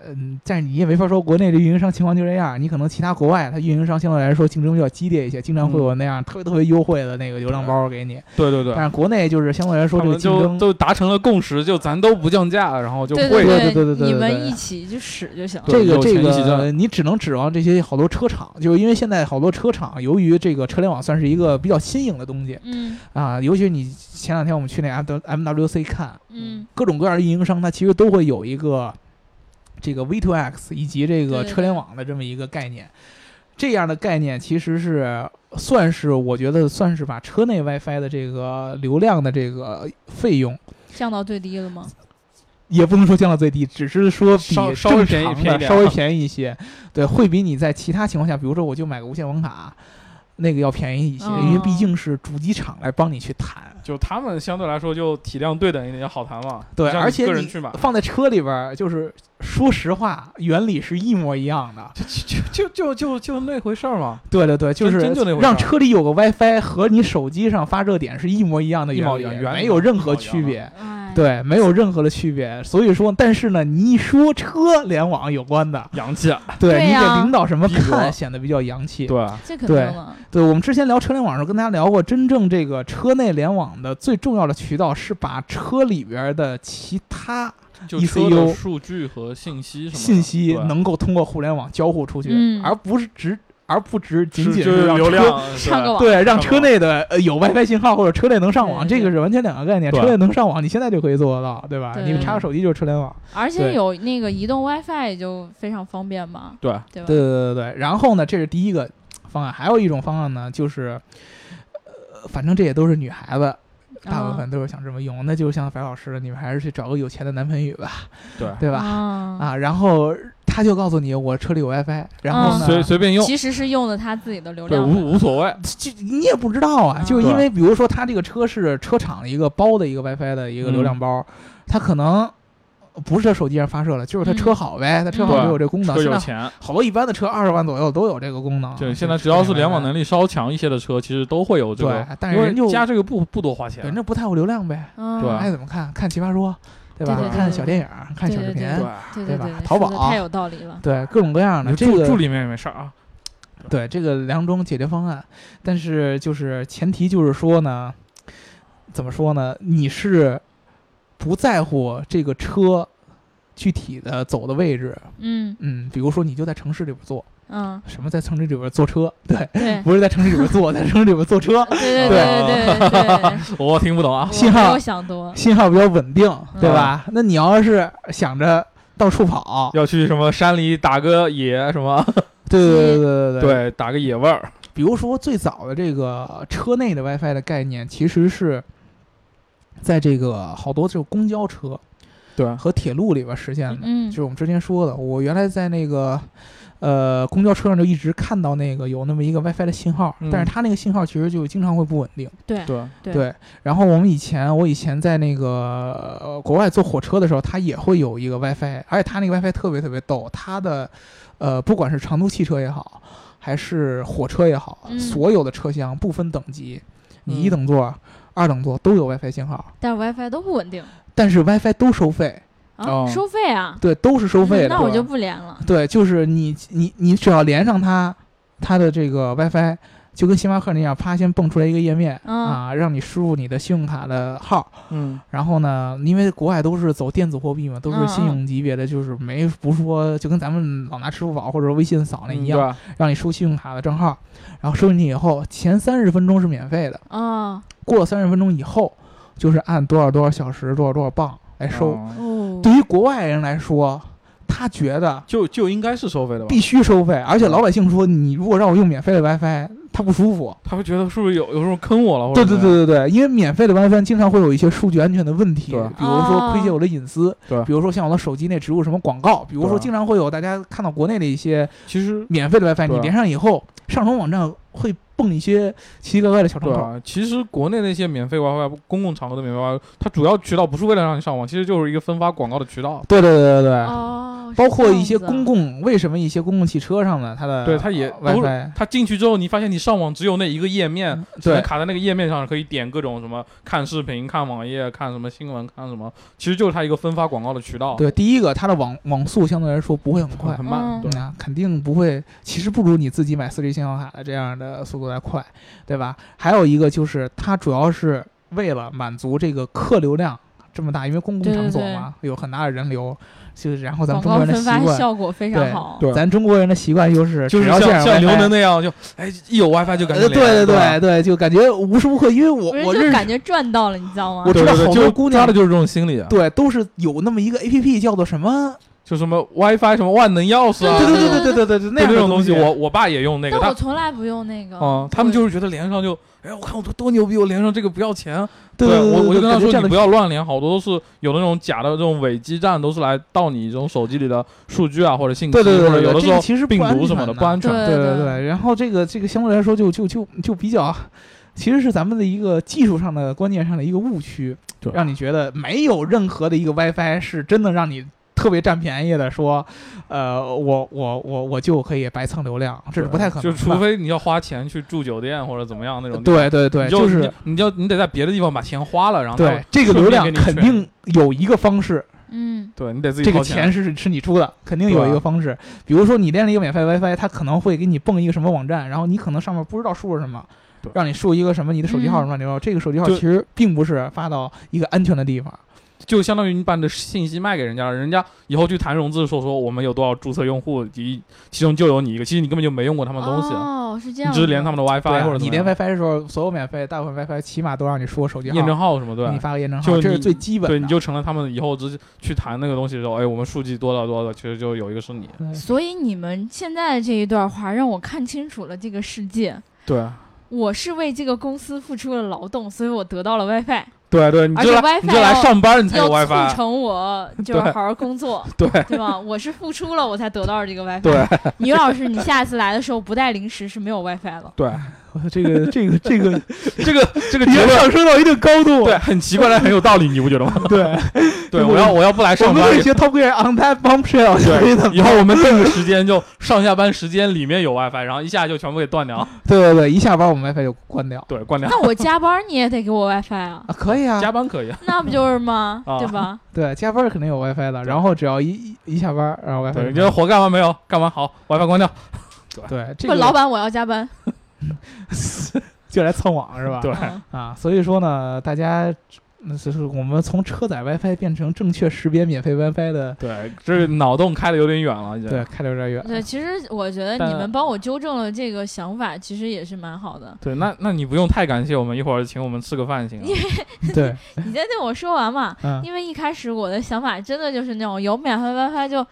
Speaker 2: 嗯，但是你也没法说国内这运营商情况就这样，你可能其他国外它运营商相对来说竞争比较激烈一些，经常会有那样特别特别优惠的那个流量包给你，
Speaker 3: 嗯对对对
Speaker 2: 但，是国内就是相对来说
Speaker 3: 他
Speaker 2: 这个
Speaker 3: 们
Speaker 2: 竞
Speaker 3: 就
Speaker 2: 争
Speaker 3: 就达成了共识，就咱都不降价，然后就
Speaker 1: 对
Speaker 3: 会
Speaker 2: 对对对对对
Speaker 1: 你
Speaker 2: 对
Speaker 1: 们
Speaker 2: 对
Speaker 1: 一起去使就行了。
Speaker 2: 这个
Speaker 3: 有
Speaker 2: 这
Speaker 3: 钱一起
Speaker 2: 个，
Speaker 3: 挣
Speaker 2: 你只能指望这些好多车厂，就是因为现在好多车厂，由于这个车联网算是一个比较新颖的东西
Speaker 1: 嗯
Speaker 2: 啊，尤其你前两天我们去那 M W C 看，
Speaker 1: 嗯，
Speaker 2: 各种各样的运营商，它其实都会有一个这个 V2X 以及这
Speaker 1: 对
Speaker 2: 个
Speaker 1: 对
Speaker 2: 车联网的这么一个概念。这样的概念其实是算是我觉得算是把车内 WiFi 的这个流量的这个费用，
Speaker 1: 降到最低了吗？
Speaker 2: 也不能说降到最低，只是说比
Speaker 3: 稍
Speaker 2: 正
Speaker 3: 稍微
Speaker 2: 常
Speaker 3: 便宜便宜
Speaker 2: 的
Speaker 3: 点啊
Speaker 2: 稍微便宜一些，对，会比你在其他情况下，比如说我就买个无线网卡，那个要便宜一些，
Speaker 1: 哦
Speaker 3: 嗯
Speaker 2: 因为毕竟是主机厂来帮你去谈。
Speaker 3: 就他们相对来说就体量对等一点，也好谈嘛。
Speaker 2: 对，
Speaker 3: 像
Speaker 2: 而且
Speaker 3: 个
Speaker 2: 你
Speaker 3: 人去买，
Speaker 2: 放在车里边儿，就是说实话，原理是一模一样的。
Speaker 3: 就就就就就那回事儿嘛，
Speaker 2: 对对对，
Speaker 3: 真
Speaker 2: 是
Speaker 3: 真就那回事儿
Speaker 2: 让车里有个 WiFi 和你手机上发热点是一模一样的
Speaker 3: 一毛
Speaker 2: 原理，
Speaker 3: 一样原理
Speaker 2: 没有任
Speaker 3: 一毛
Speaker 2: 何
Speaker 3: 一样
Speaker 2: 区别。
Speaker 1: 哎，
Speaker 2: 对，没有任何的区别。所以说，但是呢，你一说车联网有关的，
Speaker 3: 洋气，
Speaker 2: 对
Speaker 1: 对
Speaker 2: 你
Speaker 1: 呀
Speaker 2: 给领导什么
Speaker 3: 比如
Speaker 2: 看，显得比较洋气。
Speaker 3: 啊对，啊
Speaker 1: 这肯定
Speaker 2: 对
Speaker 1: 了。
Speaker 2: 对，我们之前聊车联网的时候，跟大家聊过，真正这个车内联网的最重要的渠道是把车里边的其他
Speaker 3: 就车
Speaker 2: ECU
Speaker 3: 的数据和信息什么的
Speaker 2: 信息
Speaker 3: 对
Speaker 2: 能够通过互联网交互出去，
Speaker 1: 嗯
Speaker 2: 而不是只而不只仅仅
Speaker 3: 是就是
Speaker 2: 让
Speaker 3: 流
Speaker 2: 车
Speaker 3: 量 是
Speaker 1: 上个网
Speaker 2: 对，让
Speaker 3: 上
Speaker 2: 车
Speaker 3: 网
Speaker 2: 内的呃有 WiFi 信号或者车内能上网，
Speaker 1: 对
Speaker 2: 这个是完全两个概念。
Speaker 3: 对
Speaker 2: 车内能上网，你现在就可以做得到，对吧？
Speaker 1: 对
Speaker 2: 你插个手机就是车联网。
Speaker 1: 而且
Speaker 2: 对
Speaker 1: 有那个移动 WiFi 就非常方便嘛，
Speaker 3: 对
Speaker 1: 对吧？
Speaker 2: 对对对对。然后呢，这是第一个方案，还有一种方案呢，就是，呃，反正这也都是女孩子，大
Speaker 1: 嗯
Speaker 2: 部分都是想这么用。那就像白老师，你们还是去找个有钱的男朋友吧，
Speaker 3: 对，
Speaker 2: 对吧？
Speaker 1: 啊，
Speaker 2: 啊，然后他就告诉你我车里有 WiFi，然后呢，
Speaker 3: 随随便用，
Speaker 1: 嗯其实是用的他自己的流
Speaker 3: 对
Speaker 1: 量的，
Speaker 3: 无无所谓，
Speaker 2: 就你也不知道啊，
Speaker 1: 嗯
Speaker 2: 就是因为比如说它这个车是车厂的一个包的一个 WiFi 的一个流
Speaker 3: 嗯
Speaker 2: 量包，它可能不是它手机上发射了，就是它
Speaker 1: 嗯
Speaker 2: 车好呗，它车好就有这功能。
Speaker 3: 车
Speaker 2: 现
Speaker 3: 有
Speaker 2: 在
Speaker 1: 啊
Speaker 3: 钱。
Speaker 2: 好多一般的车二十万左右都有这个功能。
Speaker 3: 对，现在只要是联网能
Speaker 2: 力，
Speaker 3: 力稍强一些的车，其实都会有这个
Speaker 2: 对，但是
Speaker 3: 因为
Speaker 2: 人就
Speaker 3: 加这个不不多花钱
Speaker 2: 反，正不太有流量呗，
Speaker 1: 嗯，
Speaker 3: 对
Speaker 2: 爱怎么看看奇葩说，对吧
Speaker 1: 对对？对
Speaker 2: 看小电影，看小视频，
Speaker 1: 对对
Speaker 2: 对
Speaker 1: 对
Speaker 2: 吧
Speaker 1: 对，
Speaker 2: 淘
Speaker 1: 说得
Speaker 2: 宝啊
Speaker 1: 太有道理了。
Speaker 2: 对各种各样的
Speaker 3: 你
Speaker 2: 这
Speaker 3: 住
Speaker 2: 个
Speaker 3: 住里面也没事儿啊。
Speaker 2: 对这个两种解决方案，但是就是前提就是说呢，怎么说呢？你是不在乎这个车具体的走的位置，
Speaker 1: 嗯
Speaker 2: 嗯，比如说你就在城市里边坐，
Speaker 1: 嗯，
Speaker 2: 什么在城市里边坐车，对，
Speaker 1: 对
Speaker 2: 不是在城市里边坐，在城市里边坐车，
Speaker 1: 对对对对对
Speaker 3: 我听不懂啊
Speaker 1: 对，，
Speaker 2: 啊信
Speaker 1: 我没
Speaker 2: 号
Speaker 1: 有想多，
Speaker 2: 信号比较稳定，对吧？那你要是想着到处跑，
Speaker 3: 要去什么山里打个野什么？
Speaker 2: 对对对对对
Speaker 3: 对，打个野味儿。
Speaker 2: 比如说最早的这个车内的 WiFi 的概念，其实是在这个好多这个公交车
Speaker 3: 对，
Speaker 2: 和铁路里边实现的。
Speaker 1: 嗯
Speaker 2: 就是我们之前说的，我原来在那个呃公交车上就一直看到那个有那么一个 WiFi 的信号，
Speaker 3: 嗯
Speaker 2: 但是它那个信号其实就经常会不稳定。
Speaker 1: 对
Speaker 3: 对，
Speaker 1: 对
Speaker 2: 然后我们以前我以前在那个、呃国外坐火车的时候，它也会有一个 WiFi，而且它那个 WiFi 特别特别逗，它的呃不管是长途汽车也好，还是火车也好，
Speaker 1: 嗯
Speaker 2: 所有的车厢不分等级，你一
Speaker 3: 嗯
Speaker 2: 等座、二等座都有 WiFi 信号，
Speaker 1: 但是 WiFi 都不稳定
Speaker 2: 但是 WiFi 都收费，
Speaker 1: 啊，
Speaker 3: 哦
Speaker 1: 收费啊，
Speaker 2: 对，都是收费的。
Speaker 1: 那我就不连了。
Speaker 2: 对，就是你你你只要连上它，它的这个 WiFi 就跟星巴克那样，啪先蹦出来一个页面、
Speaker 1: 嗯
Speaker 2: 啊，让你输入你的信用卡的号。
Speaker 3: 嗯，
Speaker 2: 然后呢，因为国外都是走电子货币嘛，都
Speaker 1: 嗯
Speaker 2: 是信用级别的，就是没不说 就跟咱们老拿支付宝或者微信扫那
Speaker 1: 嗯
Speaker 2: 嗯一样，
Speaker 3: 对，啊
Speaker 2: 让你输信用卡的账号，然后输进去以后，前三十分钟是免费的，
Speaker 1: 啊
Speaker 2: 过了三十分钟以后，就是按多少多少小时多少多少磅来收。
Speaker 3: 嗯
Speaker 1: 哦，
Speaker 2: 对于国外人来说，他觉得
Speaker 3: 就就应该是收费的吧？
Speaker 2: 必须收费，而且老百姓说你如果让我用免费的 WiFi，他不舒服。
Speaker 3: 他会觉得是不是有有时候坑我了？或
Speaker 2: 对
Speaker 3: 者
Speaker 2: 对
Speaker 3: 怎么
Speaker 2: 对
Speaker 3: 样，
Speaker 2: 对对，因为免费的 WiFi 经常会有一些数据安全的问题，比
Speaker 3: 对
Speaker 2: 如
Speaker 1: 哦
Speaker 2: 说窥窃我的隐私，
Speaker 3: 对
Speaker 2: 比如说像我的手机内植入什么广告，比如说
Speaker 3: 对
Speaker 2: 经常会有大家看到国内的一些
Speaker 3: 其实
Speaker 2: 免费的 WiFi，
Speaker 3: 对
Speaker 2: 你连上以后上传网站会蹦一些奇奇怪怪的小窗
Speaker 3: 对
Speaker 2: 口。
Speaker 3: 啊，其实国内那些免费 WiFi，公共场合的免费 WiFi，它主要渠道不是为了让你上网，其实就是一个分发广告的渠道。
Speaker 2: 对对对对对，
Speaker 1: 哦，
Speaker 2: 包括一些
Speaker 1: 是这样子
Speaker 2: 公共，为什么一些公共汽车上的它的
Speaker 3: 对它也
Speaker 2: 呃
Speaker 3: 都是
Speaker 2: WiFi
Speaker 3: 它进去之后，你发现你上网只有那一个页面，只能
Speaker 2: 嗯对
Speaker 3: 卡在那个页面上，可以点各种什么看视频、看网页、看什么新闻、看什么，其实就是它一个分发广告的渠道。
Speaker 2: 对，第一个它的网网速相对来说不会很快
Speaker 3: 很。慢，
Speaker 1: 嗯
Speaker 3: 对
Speaker 2: 嗯啊，肯定不会，其实不如你自己买 4G 信号卡的这样的速度来快，对吧？还有一个就是它主要是为了满足这个客流量这么大，因为公共
Speaker 1: 对对
Speaker 2: 场所
Speaker 1: 对
Speaker 2: 嘛，有很大的人流，就是然后咱们
Speaker 1: 广
Speaker 2: 中国
Speaker 1: 告
Speaker 2: 人的
Speaker 1: 分
Speaker 2: 习
Speaker 1: 发
Speaker 2: 惯，
Speaker 1: 效果非常
Speaker 2: 对
Speaker 1: 好。
Speaker 3: 对
Speaker 2: 咱中国人的习惯就是
Speaker 3: 就是
Speaker 2: 只要
Speaker 3: 像
Speaker 2: 见
Speaker 3: 像
Speaker 2: 着
Speaker 3: 刘
Speaker 2: WiFi
Speaker 3: 能那样，就哎一有 WiFi 就感觉
Speaker 2: 呃，对对
Speaker 3: 吧
Speaker 2: 对对，就感觉无时无刻，因为我
Speaker 1: 不是
Speaker 2: 我
Speaker 1: 就
Speaker 2: 认识
Speaker 1: 感觉赚到了，你知道吗
Speaker 2: 我？
Speaker 3: 对
Speaker 2: 知道
Speaker 3: 对对
Speaker 2: 好
Speaker 3: 就
Speaker 2: 多姑娘
Speaker 3: 他的就是这种心理啊，
Speaker 2: 对，都是有那么一个 A P P 叫做什么？
Speaker 3: 就什么 WiFi 什么万能钥匙啊，
Speaker 2: 对
Speaker 1: 对
Speaker 2: 对
Speaker 1: 对对
Speaker 2: 对对对对对，那样
Speaker 3: 就那
Speaker 2: 的
Speaker 3: 种东
Speaker 2: 西
Speaker 3: 西，我我爸也用那个，
Speaker 1: 但我
Speaker 3: 他
Speaker 1: 从来不用那个。
Speaker 3: 嗯，他们
Speaker 1: 对
Speaker 3: 就是觉得连上就，哎，我看我多多牛逼，我连上这个不要钱，
Speaker 2: 对对对
Speaker 3: 我我就
Speaker 2: 对
Speaker 3: 跟他
Speaker 2: 感觉
Speaker 3: 说
Speaker 2: 这样
Speaker 3: 你
Speaker 2: 的
Speaker 3: 不要乱连，好多都是有那种假的这种伪基站，都是来盗你这种手机里的数据啊或者信息，
Speaker 2: 对对对
Speaker 3: 或
Speaker 2: 对
Speaker 3: 者有的
Speaker 2: 这
Speaker 3: 时
Speaker 2: 个
Speaker 3: 候
Speaker 2: 其实不
Speaker 3: 病
Speaker 2: 安
Speaker 3: 毒什
Speaker 2: 全
Speaker 3: 么的
Speaker 2: 的
Speaker 3: 不安全。
Speaker 1: 对
Speaker 2: 对对对，然后这个这个相对来说就就就就比较，其实是咱们的一个技术上的观念上的一个误区
Speaker 3: 对，
Speaker 2: 让你觉得没有任何的一个 WiFi 是真的让你。特别占便宜的说，呃，我我我我就可以白蹭流量，这是不太可能的。
Speaker 3: 就除非你要花钱去住酒店或者怎么样那种地方，
Speaker 2: 对对对，
Speaker 3: 你就
Speaker 2: 就是
Speaker 3: 你你要你得在别的地方把钱花了，然后他
Speaker 2: 对这个
Speaker 3: 顺
Speaker 2: 流
Speaker 3: 便
Speaker 2: 量
Speaker 3: 给你
Speaker 2: 肯
Speaker 3: 全
Speaker 2: 定有一个方式
Speaker 1: 嗯，
Speaker 3: 对你得自己
Speaker 2: 这个
Speaker 3: 掏
Speaker 2: 钱是是你出的，肯定
Speaker 3: 对
Speaker 2: 有一
Speaker 3: 啊
Speaker 2: 个方式。比如说你连了一个免费 WiFi，它可能会给你蹦一个什么网站，然后你可能上面不知道输入什么
Speaker 3: 对，
Speaker 2: 让你输一个什么你的手机号
Speaker 1: 嗯
Speaker 2: 什么流量。这个手机号
Speaker 3: 就
Speaker 2: 其实并不是发到一个安全的地方。
Speaker 3: 就相当于你把你的信息卖给人家，人家以后去谈融资的时候说我们有多少注册用户，一其中就有你一个，其实你根本就没用过他们的东西，啊
Speaker 1: 哦，是这
Speaker 3: 你
Speaker 1: 样。
Speaker 3: 只是连他们。的 WiFi、
Speaker 2: 对啊
Speaker 3: 或者怎
Speaker 2: 你
Speaker 3: 么
Speaker 2: 连
Speaker 3: 样
Speaker 2: WiFi 的时候，所有免费大部分 WiFi 起码都让你输个手机号，
Speaker 3: 验证号什么对
Speaker 2: 给你发个验证
Speaker 3: 就
Speaker 2: 号，这是
Speaker 3: 你
Speaker 2: 最基本的。
Speaker 3: 对，你就成了他们以后直接去谈那个东西的时候，哎，我们数据多少多少，其实就有一个是你。
Speaker 2: 对
Speaker 1: 所以你们现在这一段话让我看清楚了这个世界。
Speaker 3: 对啊
Speaker 1: 我是为这个公司付出了劳动，所以我得到了 WiFi，
Speaker 3: 对对，你
Speaker 1: 而
Speaker 3: 就
Speaker 1: 且
Speaker 3: 来
Speaker 1: WiFi
Speaker 3: 你就来上班，你才有
Speaker 1: 要
Speaker 3: WiFi
Speaker 1: 促。成我 就是
Speaker 3: 对
Speaker 1: 好好工作，
Speaker 3: 对
Speaker 1: 对吧？我是付出了，我才得到了这个 WiFi。
Speaker 3: 对，啊
Speaker 1: 于老师，你下次来的时候不带零食是没有 WiFi 了。
Speaker 3: 对，啊
Speaker 2: 这 个这个这个
Speaker 3: 这 个这个
Speaker 2: 已
Speaker 3: 结
Speaker 2: 经
Speaker 3: 论
Speaker 2: 上升到一定高度。
Speaker 3: 对很奇怪，但很有道理，你不觉得吗？
Speaker 2: 对，
Speaker 3: 对，
Speaker 2: 我
Speaker 3: 我要我要不来
Speaker 2: 我
Speaker 3: 上
Speaker 2: 们
Speaker 3: 班
Speaker 2: 可以
Speaker 3: 也，
Speaker 2: 学 Top Gear on that bombshell，可以怎
Speaker 3: 对，
Speaker 2: 么
Speaker 3: 以后我们定个时间，就上下班时间里面有 WiFi，然后一下就全部给断掉，
Speaker 2: 对对对，一下班我们 WiFi 就关掉
Speaker 3: 对， 关掉。
Speaker 1: 那我加班你也得给我 WiFi 啊，
Speaker 2: 啊，可以啊，
Speaker 3: 加班可以，
Speaker 1: 那不就是吗？
Speaker 3: 啊
Speaker 1: 对吧？
Speaker 2: 对，加班儿肯定有 WiFi 的，
Speaker 3: 对
Speaker 2: 然后只要一一一下班儿，然后 WiFi
Speaker 3: 对，
Speaker 2: 就
Speaker 3: 你这活干完没有？干完好，WiFi 关掉。
Speaker 2: 对这
Speaker 1: 不，
Speaker 2: 个
Speaker 1: 老板我要加班。
Speaker 2: 就来蹭网是吧？
Speaker 3: 对
Speaker 1: 嗯
Speaker 2: 啊，所以说呢，大家嗯就是我们从车载 WiFi 变成正确识别免费 WiFi 的，
Speaker 3: 对，这个脑洞开的有点远了，已经
Speaker 2: 对，。开的有 点
Speaker 1: 对，
Speaker 2: 远。
Speaker 1: 其实我觉得
Speaker 3: 但
Speaker 1: 你们帮我纠正了这个想法，其实也是蛮好 的。
Speaker 3: 对，那那你不用太感谢我们，一会儿请我们吃个饭行啊吗？
Speaker 2: 对，
Speaker 1: 你再对我说完嘛，
Speaker 2: 嗯，
Speaker 1: 因为一开始我的想法真的就是那种有免费 WiFi 就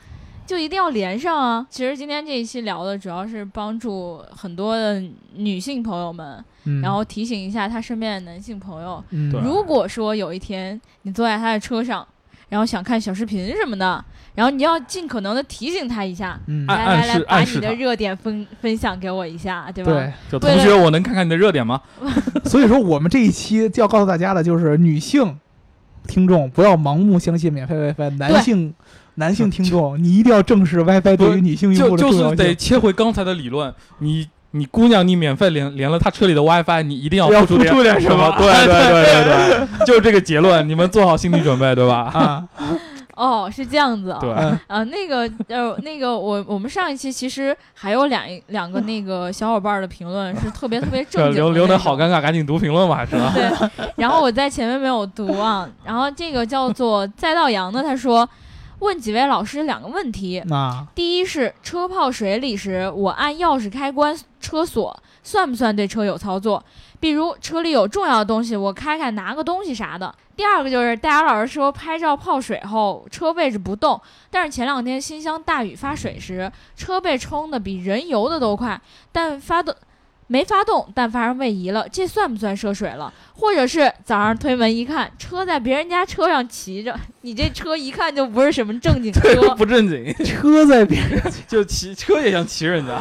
Speaker 1: 就一定要连上啊。其实今天这一期聊的主要是帮助很多的女性朋友们，
Speaker 2: 嗯
Speaker 1: 然后提醒一下她身边的男性朋友，
Speaker 2: 嗯
Speaker 3: 对
Speaker 1: 如果说有一天你坐在他的车上，然后想看小视频什么的，然后你要尽可能的提醒他一下，
Speaker 2: 嗯
Speaker 3: 哎
Speaker 1: 来
Speaker 3: 暗
Speaker 1: 来来，
Speaker 3: 示
Speaker 1: 把
Speaker 3: 暗示
Speaker 1: 你的
Speaker 3: 他
Speaker 1: 热点分分享给我一下，对吧？
Speaker 2: 对，
Speaker 3: 就
Speaker 1: 对
Speaker 3: 同
Speaker 1: 了
Speaker 3: 学，我能看看你的热点吗？
Speaker 2: 所以说我们这一期就要告诉大家的就是女性听众不要盲目相信免费 WiFi，男
Speaker 1: 对
Speaker 2: 性男性听众你一定要正 视 WiFi
Speaker 3: 嗯不
Speaker 2: 对于女性用
Speaker 3: 就
Speaker 2: 户的重
Speaker 3: 就
Speaker 2: 要
Speaker 3: 是
Speaker 2: 性。
Speaker 3: 得切回刚才的理论，你你姑娘你免费连连了她车里的 WiFi，你一定要
Speaker 2: 要
Speaker 3: 付
Speaker 2: 付出
Speaker 3: 点
Speaker 2: 点什么
Speaker 3: 对 对对对对，就是这个结论，你们做好心理准备，对吧？
Speaker 2: 啊，
Speaker 1: 哦，是这样子啊。
Speaker 3: 对，
Speaker 2: 嗯
Speaker 1: 啊，那个呃，那个我我们上一期其实还有两两个那个小伙伴的评论是特别特别
Speaker 3: 这
Speaker 1: 正经的那
Speaker 3: 留
Speaker 1: 种，
Speaker 3: 留的好尴尬，赶紧读评论吧，还是吧？
Speaker 1: 对，然后我在前面没有读啊，然后这个叫做再到阳的，他说问几位老师两个问题，
Speaker 2: 那
Speaker 1: 第一是车泡水里时，我按钥匙开关车锁，算不算对车有操作？比如车里有重要的东西，我开开拿个东西啥的。第二个就是大家老是说拍照泡水后车位置不动，但是前两天新乡大雨发水时，车被冲得比人游的都快，但发动没发动，但发生位移了，这算不算涉水了？或者是早上推门一看，车在别人家车上骑着，你这车一看就不是什么正经车。
Speaker 3: 不正经，
Speaker 2: 车在别人
Speaker 3: 就骑车也想骑人家，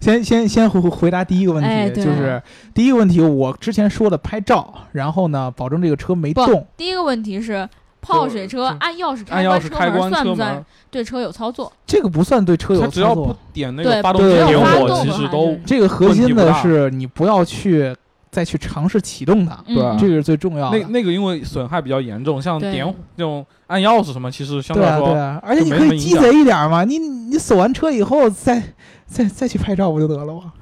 Speaker 2: 先先先回回答第一个问题，
Speaker 1: 哎对
Speaker 2: 就是第一个问题，我之前说的拍照，然后呢，保证这个车没
Speaker 1: 不
Speaker 2: 动，
Speaker 1: 第一个问题是，泡水车
Speaker 3: 就
Speaker 1: 按钥匙开
Speaker 3: 按钥
Speaker 1: 关车
Speaker 3: 匙开关
Speaker 1: 门算
Speaker 3: 车
Speaker 1: 不算
Speaker 3: 门，
Speaker 1: 对车有操作？
Speaker 2: 这个不算对车有
Speaker 3: 他
Speaker 2: 操
Speaker 3: 只要
Speaker 2: 作
Speaker 3: 不。点那
Speaker 1: 对
Speaker 3: 个发动
Speaker 2: 不
Speaker 3: 机
Speaker 2: 对
Speaker 3: 点
Speaker 2: 发
Speaker 3: 火，
Speaker 2: 动啊
Speaker 3: 其
Speaker 1: 还
Speaker 3: 实
Speaker 1: 是
Speaker 3: 都
Speaker 2: 这个核心
Speaker 3: 问题
Speaker 2: 的
Speaker 3: 不大
Speaker 2: 是你不要去再去尝试启动它，
Speaker 1: 嗯
Speaker 3: 对啊
Speaker 2: 这个是最重要的
Speaker 3: 那。那个因为损害比较严重，像
Speaker 1: 对
Speaker 3: 点那种按钥匙什么，其实相
Speaker 2: 对
Speaker 3: 来
Speaker 2: 啊，对
Speaker 3: 说
Speaker 2: 啊，而且你
Speaker 3: 没
Speaker 2: 可
Speaker 3: 什么
Speaker 2: 以
Speaker 3: 影
Speaker 2: 鸡贼一点嘛，你你锁完车以后再再再去拍照不就得了吗？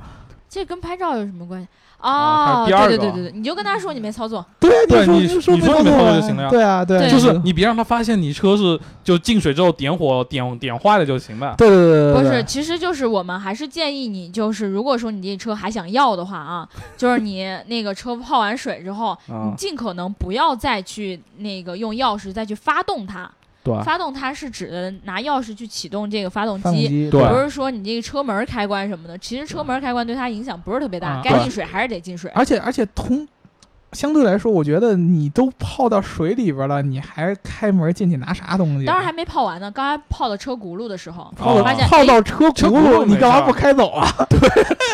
Speaker 1: 这跟拍照有什么关系？
Speaker 3: 啊还
Speaker 1: 哦，
Speaker 3: 有第二
Speaker 1: 对对
Speaker 3: 个
Speaker 1: 对对对，你就跟他说你没操作，
Speaker 2: 对啊，
Speaker 3: 对
Speaker 2: 说
Speaker 3: 你
Speaker 2: 你说
Speaker 3: 你
Speaker 2: 没
Speaker 3: 说
Speaker 2: 操
Speaker 3: 你
Speaker 2: 作
Speaker 3: 没操作
Speaker 2: 啊
Speaker 3: 就行了呀
Speaker 2: 对啊，对啊，
Speaker 1: 对
Speaker 3: 就是
Speaker 2: 对
Speaker 3: 你别让他发现你车是就进水之后点火点点坏了就行了。
Speaker 2: 对对对
Speaker 1: 不
Speaker 2: 对，
Speaker 1: 是，
Speaker 2: 对
Speaker 1: 其实就是我们还是建议你，就是如果说你这车还想要的话 啊，就是你那个车泡完水之后，你
Speaker 3: 啊，
Speaker 1: 尽可能不要再去那个用钥匙再去发动它，
Speaker 3: 对
Speaker 1: 发动它是指的拿钥匙去启动这个发动
Speaker 2: 发动
Speaker 1: 机。
Speaker 2: 机
Speaker 3: 对
Speaker 1: 不是说你这个车门开关什么的，其实车门开关对它影响不是特别大
Speaker 2: 啊，
Speaker 1: 该进水还是得进水。
Speaker 2: 而且而且通，相对来说，我觉得你都泡到水里边了，你还开门进去拿啥东西啊？
Speaker 1: 当然还没泡完呢，刚才泡到车轱辘的时候，
Speaker 2: 泡到
Speaker 1: 发现哎
Speaker 2: 泡到车
Speaker 3: 车
Speaker 2: 轱
Speaker 3: 轱辘
Speaker 2: 辘，你
Speaker 3: 没
Speaker 2: 干嘛
Speaker 3: 事儿
Speaker 2: 不开走啊？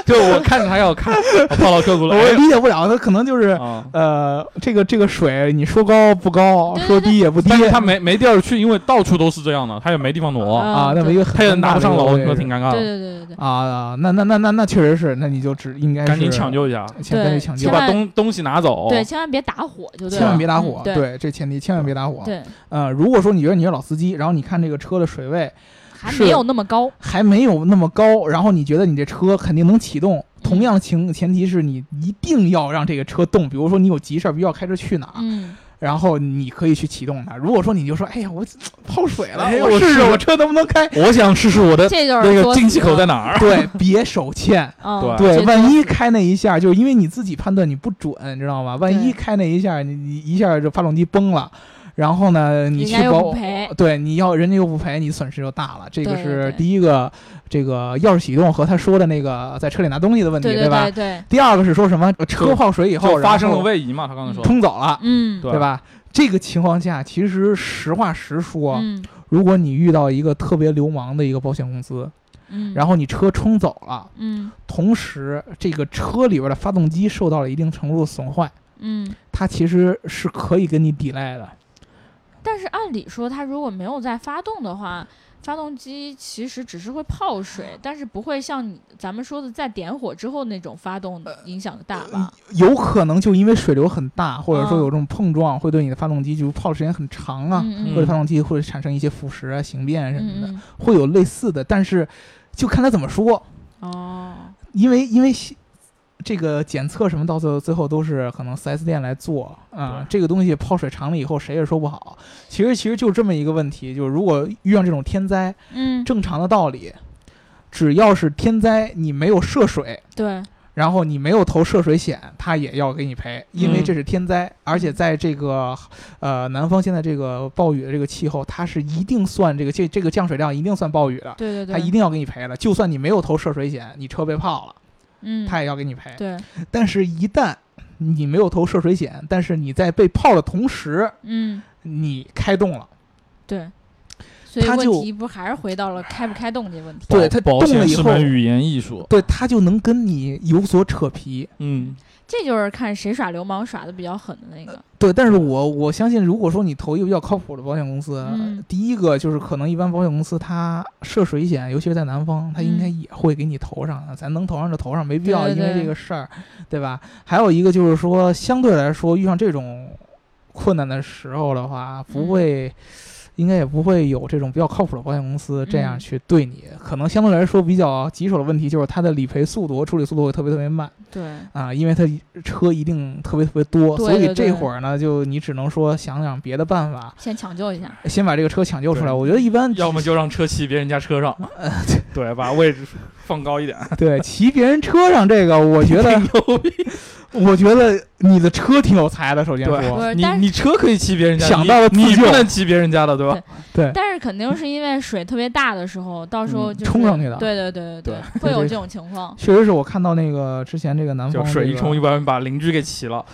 Speaker 3: 对我看着他要看，我泡到车轱辘
Speaker 2: 我也理解不了，他可能就是
Speaker 3: 啊，
Speaker 2: 呃，这个这个水你说高不高，
Speaker 1: 对对
Speaker 2: 说
Speaker 1: 对
Speaker 2: 低也不低
Speaker 3: 但是他没没地儿去，因为到处都是这样的，他也没地方挪，
Speaker 1: 嗯
Speaker 2: 啊，那么一个很
Speaker 3: 他也拿不上楼，
Speaker 2: 尴尬
Speaker 3: 那
Speaker 2: 的一个位置
Speaker 3: 挺尴尬
Speaker 1: 对对
Speaker 3: 的。
Speaker 1: 对对对，
Speaker 2: 啊啊，那那那那那确实是，那你就只应该
Speaker 3: 赶紧
Speaker 2: 是
Speaker 3: 抢，救一下，
Speaker 2: 先赶紧
Speaker 1: 对
Speaker 2: 抢
Speaker 1: 千
Speaker 2: 救
Speaker 3: 就。
Speaker 1: 万
Speaker 3: 把东东西拿走。
Speaker 1: 对，千万别打火就对了，
Speaker 2: 哦千万别打火
Speaker 1: 嗯，对
Speaker 2: 对，这前提千万别打火。
Speaker 1: 对，
Speaker 2: 呃，如果说你觉得你是老司机，然后你看这个车的水位
Speaker 1: 还
Speaker 2: 是
Speaker 1: 没有那么高。
Speaker 2: 还没有那么高，然后你觉得你这车肯定能启动，同样情前提是你一定要让这个车动，比如说你有急事儿，必须要开车去哪儿，
Speaker 1: 嗯，
Speaker 2: 然后你可以去启动它。如果说你就说，哎呀，我泡水了，
Speaker 3: 哎
Speaker 2: 我
Speaker 3: 我
Speaker 2: 试
Speaker 3: 试
Speaker 2: 试
Speaker 3: 试？
Speaker 2: 我车能不能开
Speaker 3: 我想试试我的
Speaker 2: 呃
Speaker 1: 这就是
Speaker 3: 那个
Speaker 1: 作死
Speaker 3: 进气口
Speaker 1: 了
Speaker 3: 在哪儿。
Speaker 2: 对，别手欠。
Speaker 1: 嗯
Speaker 3: 对
Speaker 2: 对，
Speaker 1: 这
Speaker 2: 万
Speaker 1: 作
Speaker 2: 一
Speaker 1: 死
Speaker 2: 开那一下，就是因为你自己判断你不准，你知道吗？万
Speaker 1: 对
Speaker 2: 一开那一下，你你一下就发动机崩了，然后呢，你
Speaker 1: 人
Speaker 2: 去
Speaker 1: 家又
Speaker 2: 保
Speaker 1: 不，赔，
Speaker 2: 对，你要人家又不赔，你损失就大了。这个
Speaker 1: 对
Speaker 2: 是
Speaker 1: 对
Speaker 2: 第一个，这个钥匙启动和他说的那个在车里拿东西的问题，
Speaker 1: 对对
Speaker 2: 吧
Speaker 1: 对？对，
Speaker 2: 第二个是说什么车泡水以后
Speaker 3: 就发生了
Speaker 2: 然后
Speaker 3: 位移嘛，他刚才说。
Speaker 2: 冲走了，
Speaker 1: 嗯，
Speaker 3: 对
Speaker 2: 对吧？这个情况下，其实实话实说，
Speaker 1: 嗯
Speaker 2: 如果你遇到一个特别流氓的一个保险公司，
Speaker 1: 嗯，
Speaker 2: 然
Speaker 1: 后
Speaker 2: 后你车冲走了，
Speaker 1: 嗯
Speaker 2: 同时这个车里边的发动机受到了一定程度的损坏，
Speaker 1: 嗯，
Speaker 2: 它其实是可以跟你抵赖的。
Speaker 1: 但是按理说，它如果没有在发动的话。发动机其实只是会泡水，但是不会像你咱们说的在点火之后那种发动
Speaker 2: 呃
Speaker 1: 影响大吧？
Speaker 2: 有可能就因为水流很大，或者说
Speaker 1: 嗯
Speaker 2: 有这种碰撞，会对你的发动机就泡的时间很长啊，
Speaker 1: 嗯
Speaker 2: 或者
Speaker 1: 嗯
Speaker 2: 发动机会产生一些腐蚀啊、形变啊什么的，
Speaker 1: 嗯
Speaker 2: 会有类似的，但是就看他怎么说，
Speaker 1: 嗯哦，
Speaker 2: 因为因为西这个检测什么到最后最后都是可能 4S 店来做啊、
Speaker 3: 对
Speaker 2: 这个东西泡水长了以后谁也说不好。其实其实就这么一个问题，就是如果遇上这种天灾，
Speaker 1: 嗯，
Speaker 2: 正常的道理，只要是天灾你没有涉水，
Speaker 1: 对，
Speaker 2: 然后你没有投涉水险，他也要给你赔，因为
Speaker 3: 嗯
Speaker 2: 这是天灾，而
Speaker 1: 嗯
Speaker 2: 且在这个呃南方现在这个暴雨的这个气候，它是一定算这个这这个降水量一定算暴雨的，
Speaker 1: 对对对，
Speaker 2: 他一定要给你赔的。就算你没有投涉水险，你车被泡了，
Speaker 1: 嗯，
Speaker 2: 他也要给你赔。
Speaker 1: 对，
Speaker 2: 但是，一旦你没有投涉水险，但是你在被泡的同时，
Speaker 1: 嗯
Speaker 2: 你开动了，
Speaker 1: 对，所以
Speaker 2: 他就
Speaker 1: 问题不还是回到了开不开动这问题？
Speaker 2: 对它
Speaker 3: 保
Speaker 2: 动了
Speaker 3: 险
Speaker 2: 以
Speaker 3: 是
Speaker 2: 后
Speaker 3: 门语言艺术。
Speaker 2: 对他就能跟你有所扯皮。
Speaker 3: 嗯，
Speaker 1: 这就是看谁耍流氓耍的比较狠的那个。
Speaker 2: 对，但是我我相信，如果说你投一个比较靠谱的保险公司，
Speaker 1: 嗯
Speaker 2: 第一个就是可能一般保险公司它涉水险，尤其是在南方，它应该也会给你投上的，咱能投上就投上，没必
Speaker 1: 嗯
Speaker 2: 要
Speaker 1: 对
Speaker 2: 因
Speaker 1: 对
Speaker 2: 为
Speaker 1: 对
Speaker 2: 这个事儿，对吧？还有一个就是说，相对来说遇上这种困难的时候的话，不
Speaker 1: 嗯
Speaker 2: 会。应该也不会有这种比较靠谱的保险公司这样
Speaker 1: 嗯
Speaker 2: 去对你，可能相对来说比较棘手的问题就是它的理赔速度和处理速度会特别特别慢。
Speaker 1: 对，
Speaker 2: 啊，因为它车一定特别特别多，
Speaker 1: 对
Speaker 2: 所以
Speaker 1: 对
Speaker 2: 这
Speaker 1: 对
Speaker 2: 会儿呢，就你只能说想想别的办法，
Speaker 1: 先抢救一下。
Speaker 2: 先把这个车抢救出来。
Speaker 3: 对
Speaker 2: 我觉得一般
Speaker 3: 要么就让车骑别人家车 上，对，把位置放高一点。
Speaker 2: 对骑别人车上这个，我觉得
Speaker 3: 牛逼！
Speaker 2: 我觉得你的车挺有才的，首先
Speaker 3: 对
Speaker 2: 说，
Speaker 1: 不是
Speaker 3: 你
Speaker 1: 呃但是
Speaker 3: 你车可以骑别人家，
Speaker 2: 想
Speaker 3: 你
Speaker 2: 到了自
Speaker 3: 你
Speaker 2: 救
Speaker 3: 不能骑别人家的，对吧？
Speaker 2: 对，
Speaker 1: 但是肯定是因为水特别大的时候，到时候
Speaker 3: 嗯
Speaker 1: 就是
Speaker 2: 冲上去的
Speaker 1: 对对对对
Speaker 2: 对
Speaker 1: 会有这种情况。
Speaker 2: 确实是我看到那个之前这个南
Speaker 3: 就
Speaker 2: 方
Speaker 3: 水
Speaker 2: 这
Speaker 3: 一
Speaker 2: 个
Speaker 3: 冲，一般把邻居给骑了。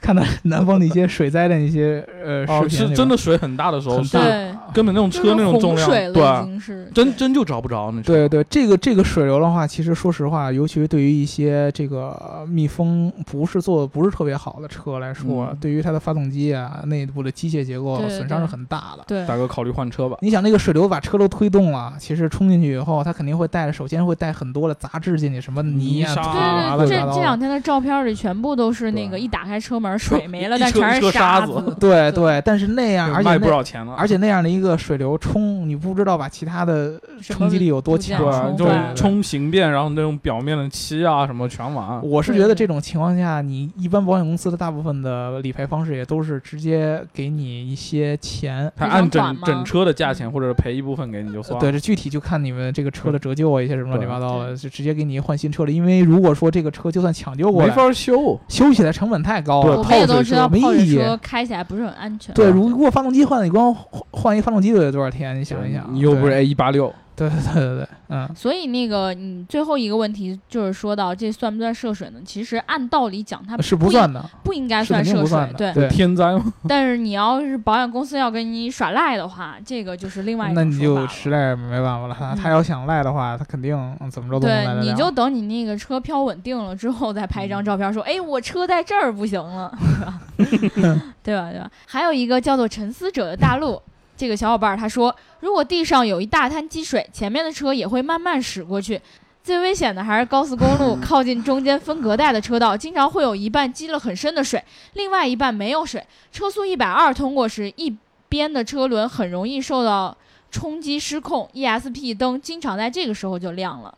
Speaker 2: 看到南方的一些水灾的那些呃视
Speaker 3: 哦，
Speaker 2: 频，
Speaker 3: 是真的。水很大的时候，
Speaker 2: 很
Speaker 3: 是
Speaker 2: 大啊
Speaker 1: 对，
Speaker 3: 根本那种
Speaker 1: 就
Speaker 3: 车
Speaker 1: 是
Speaker 3: 那种重
Speaker 1: 洪
Speaker 3: 量，
Speaker 1: 水
Speaker 3: 对
Speaker 1: 了已
Speaker 3: 啊，
Speaker 1: 经是
Speaker 3: 真真就找不着那车。
Speaker 2: 对对，这个这个水流的话，其实说实话，尤其对于一些这个密封不是做的不是特别好的车来说，
Speaker 3: 嗯
Speaker 2: 对于它的发动机啊内部的机械结构
Speaker 1: 对对
Speaker 2: 损伤是
Speaker 1: 对
Speaker 2: 很大的。
Speaker 1: 对
Speaker 3: 大哥考虑换车吧。
Speaker 2: 你想那个水流把车都推动了，其实冲进去以后，它肯定会带，首先会带很多的杂质进去，什么泥啊、
Speaker 3: 泥沙
Speaker 2: 土啊、
Speaker 1: 对
Speaker 3: 啊
Speaker 2: 乱
Speaker 1: 对
Speaker 2: 七
Speaker 1: 对，这
Speaker 2: 八糟
Speaker 1: 这
Speaker 2: 的
Speaker 1: 两天的照片里全部都是那
Speaker 3: 对
Speaker 1: 个一打开车门水没了，
Speaker 3: 一
Speaker 1: 但
Speaker 3: 车
Speaker 1: 全
Speaker 3: 一
Speaker 1: 是
Speaker 3: 车
Speaker 1: 沙
Speaker 3: 沙子
Speaker 2: 对对，但是那样，而且
Speaker 3: 卖不
Speaker 2: 那
Speaker 3: 少钱了，
Speaker 2: 而且那样的一个水流冲，你不知道把其他的
Speaker 1: 什么
Speaker 2: 冲击力有多
Speaker 1: 部件
Speaker 2: 强
Speaker 3: 对啊，
Speaker 1: 冲
Speaker 3: 就
Speaker 1: 坏
Speaker 3: 是冲形变，然后那种表面的漆啊什么全完。
Speaker 2: 我是
Speaker 1: 对
Speaker 2: 觉得
Speaker 1: 对
Speaker 2: 这种情况下，你一般保险公司的大部分的理赔方式也都是直接给你一些钱，
Speaker 3: 他
Speaker 1: 赔偿款
Speaker 3: 按整
Speaker 1: 吗嗯
Speaker 3: 整车的价钱，或者赔一部分给你就算了。
Speaker 2: 对，这具体就看你们这个车的折旧啊，一些什么乱七
Speaker 3: 对
Speaker 2: 八糟的，就直接给你换新车了。因为如果说这个车就算抢救过
Speaker 3: 没
Speaker 2: 来，
Speaker 3: 法修。
Speaker 2: 修起来成本太高
Speaker 3: 对
Speaker 1: 我
Speaker 2: 了。
Speaker 1: 们也
Speaker 3: 泡
Speaker 1: 都
Speaker 3: 水
Speaker 1: 知道
Speaker 2: 车没
Speaker 1: 泡水
Speaker 2: 意义
Speaker 1: 车开起来不是很安全。
Speaker 2: 对，如果发动机换，你光换换一发动机都得多少天？你想一想，
Speaker 3: 你又不是
Speaker 2: 对
Speaker 3: 哎 A 一八六，
Speaker 2: 对对对对对，嗯，
Speaker 1: 所以那个你最后一个问题就是说到这算不算涉水呢？其实按道理讲，它
Speaker 2: 呃是不
Speaker 1: 不
Speaker 2: 算的，
Speaker 1: 不应该
Speaker 2: 是
Speaker 1: 算
Speaker 2: 肯定
Speaker 1: 涉
Speaker 2: 不
Speaker 1: 水
Speaker 2: 算，的。对，
Speaker 3: 天灾吗？
Speaker 1: 但是你要是保险公司要跟你耍赖的话，这个就是另外一
Speaker 2: 那
Speaker 1: 种
Speaker 2: 你
Speaker 1: 说法
Speaker 2: 就
Speaker 1: 了。
Speaker 2: 实在没办法了。他他
Speaker 1: 嗯
Speaker 2: 要想赖的话，他肯定嗯怎么着都能赖
Speaker 1: 对，
Speaker 2: 得
Speaker 1: 你
Speaker 2: 了嗯
Speaker 1: 就等你那个车漂稳定了之后，再拍一张照片说：“哎，我车在这儿不行了， 对吧？对吧？还有一个叫做“沉思者的大陆”，这个小伙伴儿他说，如果地上有一大滩积水，前面的车也会慢慢驶过去。最危险的还是高速公 路靠近中间分隔带的车道，经常会有一半积了很深的水，另外一半没有水。车速一百二通过时，一边的车轮很容易受到冲击失控，ESP 灯经常在这个时候就亮了。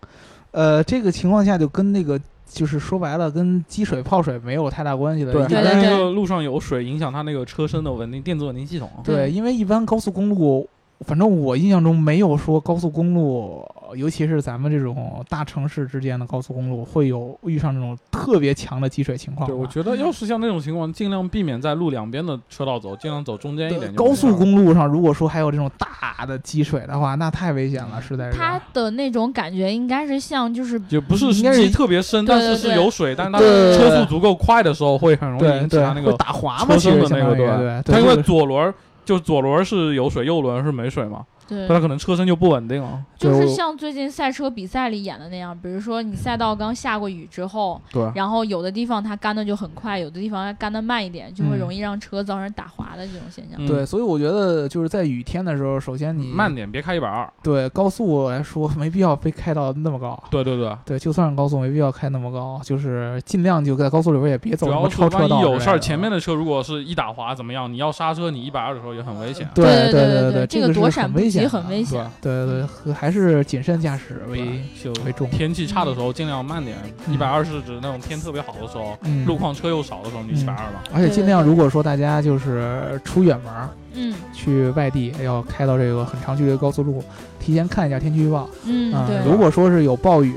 Speaker 2: 呃，这个情况下就跟那个就是说白了，跟积水泡水没有太大关系的。
Speaker 3: 对，
Speaker 2: 一
Speaker 1: 对
Speaker 3: 因
Speaker 2: 般
Speaker 3: 为
Speaker 1: 对
Speaker 3: 那个路上有水，影响它那个车身的稳定电子稳定系统。啊
Speaker 1: 对
Speaker 2: 对因为一般高速公路，反正我印象中没有说高速公路，尤其是咱们这种大城市之间的高速公路会有遇上这种特别强的积水情况吧。
Speaker 3: 对，我觉得要是像那种情况，尽量避免在路两边的车道走，尽量走中间一
Speaker 2: 对
Speaker 3: 点就没事了。
Speaker 2: 高速公路上，如果说还有这种大的积水的话，那太危险了，实在是。
Speaker 1: 它的那种感觉应该是像就是
Speaker 3: 也不是
Speaker 2: 应该是
Speaker 3: 积特别深，
Speaker 1: 对
Speaker 3: 但
Speaker 1: 对
Speaker 3: 是是
Speaker 1: 对
Speaker 3: 有水，但是它
Speaker 2: 对
Speaker 3: 车速足够快的时候，会很容易
Speaker 2: 对
Speaker 3: 引起
Speaker 2: 对
Speaker 3: 它那，
Speaker 2: 会
Speaker 3: 个
Speaker 2: 打滑嘛，
Speaker 3: 车
Speaker 2: 其
Speaker 3: 身
Speaker 2: 实
Speaker 3: 的
Speaker 2: 相
Speaker 3: 那个
Speaker 2: 当于
Speaker 3: 对
Speaker 2: 对，
Speaker 3: 它因为
Speaker 2: 就是
Speaker 3: 左轮儿就左轮儿是有水，右轮是没水嘛，
Speaker 2: 嗯
Speaker 1: 对
Speaker 3: 但，它可能车身就不稳定了。
Speaker 1: 就
Speaker 2: 对
Speaker 1: 是
Speaker 2: 我
Speaker 1: 像最近赛车比赛里演的那样，比如说你赛道刚下过雨之后，
Speaker 3: 对，
Speaker 1: 然后有的地方它干的就很快，有的地方它干的慢一点，就会
Speaker 2: 嗯
Speaker 1: 容易让车造成打滑的这种现象。
Speaker 3: 嗯
Speaker 2: 对，所以我觉得就是在雨天的时候，首先你
Speaker 3: 慢点，别开一百二。
Speaker 2: 对高速来说，没必要被开到那么高。
Speaker 3: 对对对，
Speaker 2: 对，就算是高速，没必要开那么高，就是尽量就在高速里边也别走
Speaker 3: 主
Speaker 2: 什
Speaker 3: 要
Speaker 2: 么
Speaker 3: 是
Speaker 2: 超
Speaker 3: 万
Speaker 2: 车道
Speaker 3: 一
Speaker 2: 之类
Speaker 3: 有
Speaker 2: 的。
Speaker 3: 事儿，前面的车如果是一打滑怎么样？你要刹车，你一百二的时候也很危险。
Speaker 2: 对
Speaker 1: 对
Speaker 2: 对
Speaker 1: 对
Speaker 2: 对，
Speaker 1: 这
Speaker 2: 个
Speaker 1: 躲
Speaker 2: 是
Speaker 1: 闪
Speaker 2: 很
Speaker 1: 不
Speaker 2: 危
Speaker 1: 及
Speaker 2: 险，
Speaker 1: 很危。险。嗯
Speaker 2: 对对，和还是谨慎驾驶为
Speaker 3: 就
Speaker 2: 为重。
Speaker 3: 天气差的时候尽量慢点，一百二是指那种天特别好的时候，
Speaker 2: 嗯，
Speaker 3: 路况车又少的时候，你一
Speaker 2: 嗯
Speaker 3: 百二吧。
Speaker 2: 而且尽量，
Speaker 1: 对对对
Speaker 2: 如果说大家就是出远门儿
Speaker 1: 嗯
Speaker 2: 去外地，要开到这个很长距离的高速路，提前看一下天气预报。
Speaker 1: 嗯，
Speaker 2: 嗯，
Speaker 1: 对
Speaker 2: 如。果说是有暴雨，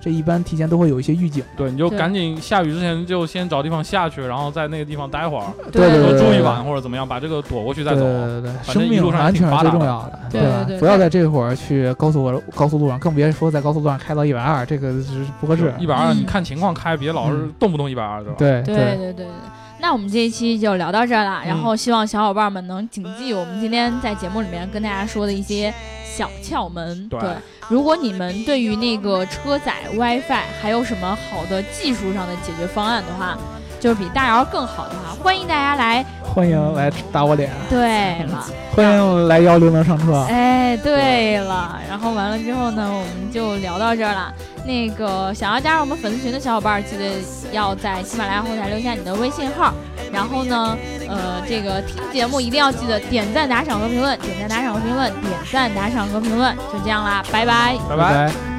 Speaker 2: 这一般提前都会有一些预警。
Speaker 3: 嗯对，你就
Speaker 1: 对
Speaker 3: 赶紧下雨之前就先找地方下去，然后在那个地方待会儿，
Speaker 1: 对
Speaker 2: 对
Speaker 3: 多
Speaker 2: 对，
Speaker 3: 住一
Speaker 2: 对
Speaker 3: 晚或者怎么样，把这个躲过去再走。
Speaker 2: 对对对，
Speaker 3: 啊正
Speaker 2: 生
Speaker 3: 一路
Speaker 2: 命
Speaker 3: 上
Speaker 2: 安
Speaker 3: 挺
Speaker 2: 全是
Speaker 3: 发
Speaker 2: 最
Speaker 3: 达
Speaker 2: 重
Speaker 3: 的嗯
Speaker 2: 要的，
Speaker 1: 对
Speaker 2: 吧
Speaker 1: 对对？
Speaker 2: 不要在这会儿去高速高速路上，更别说在高速路上开到一百二，这个是不合适。
Speaker 3: 一百二，
Speaker 1: 嗯
Speaker 3: 你看情况开，别老是
Speaker 2: 嗯
Speaker 3: 动不动一百二，对吧？
Speaker 2: 对
Speaker 1: 对对对对。那我们这一期就聊到这儿了，然
Speaker 3: 嗯
Speaker 1: 后希望小伙伴们能谨记我们今天在节目里面跟大家说的一些小窍门。
Speaker 3: 对
Speaker 1: 如果你们对于那个车载 WiFi 还有什么好的技术上的解决方案的话，就是比大姚更好的话，欢迎大家来。
Speaker 2: 欢迎来打我脸，
Speaker 1: 对了，
Speaker 2: 欢迎来幺零零上车。
Speaker 1: 哎，对了，然后完了之后呢，我们就聊到这儿了。那个想要加入我们粉丝群的小伙伴儿，记得要在喜马拉雅后台留下你的微信号。然后呢，呃，这个听节目一定要记得点赞、打赏和评论，点赞、打赏和评论，点赞、打赏和评论，就这样啦，拜拜。
Speaker 3: 拜
Speaker 2: 拜。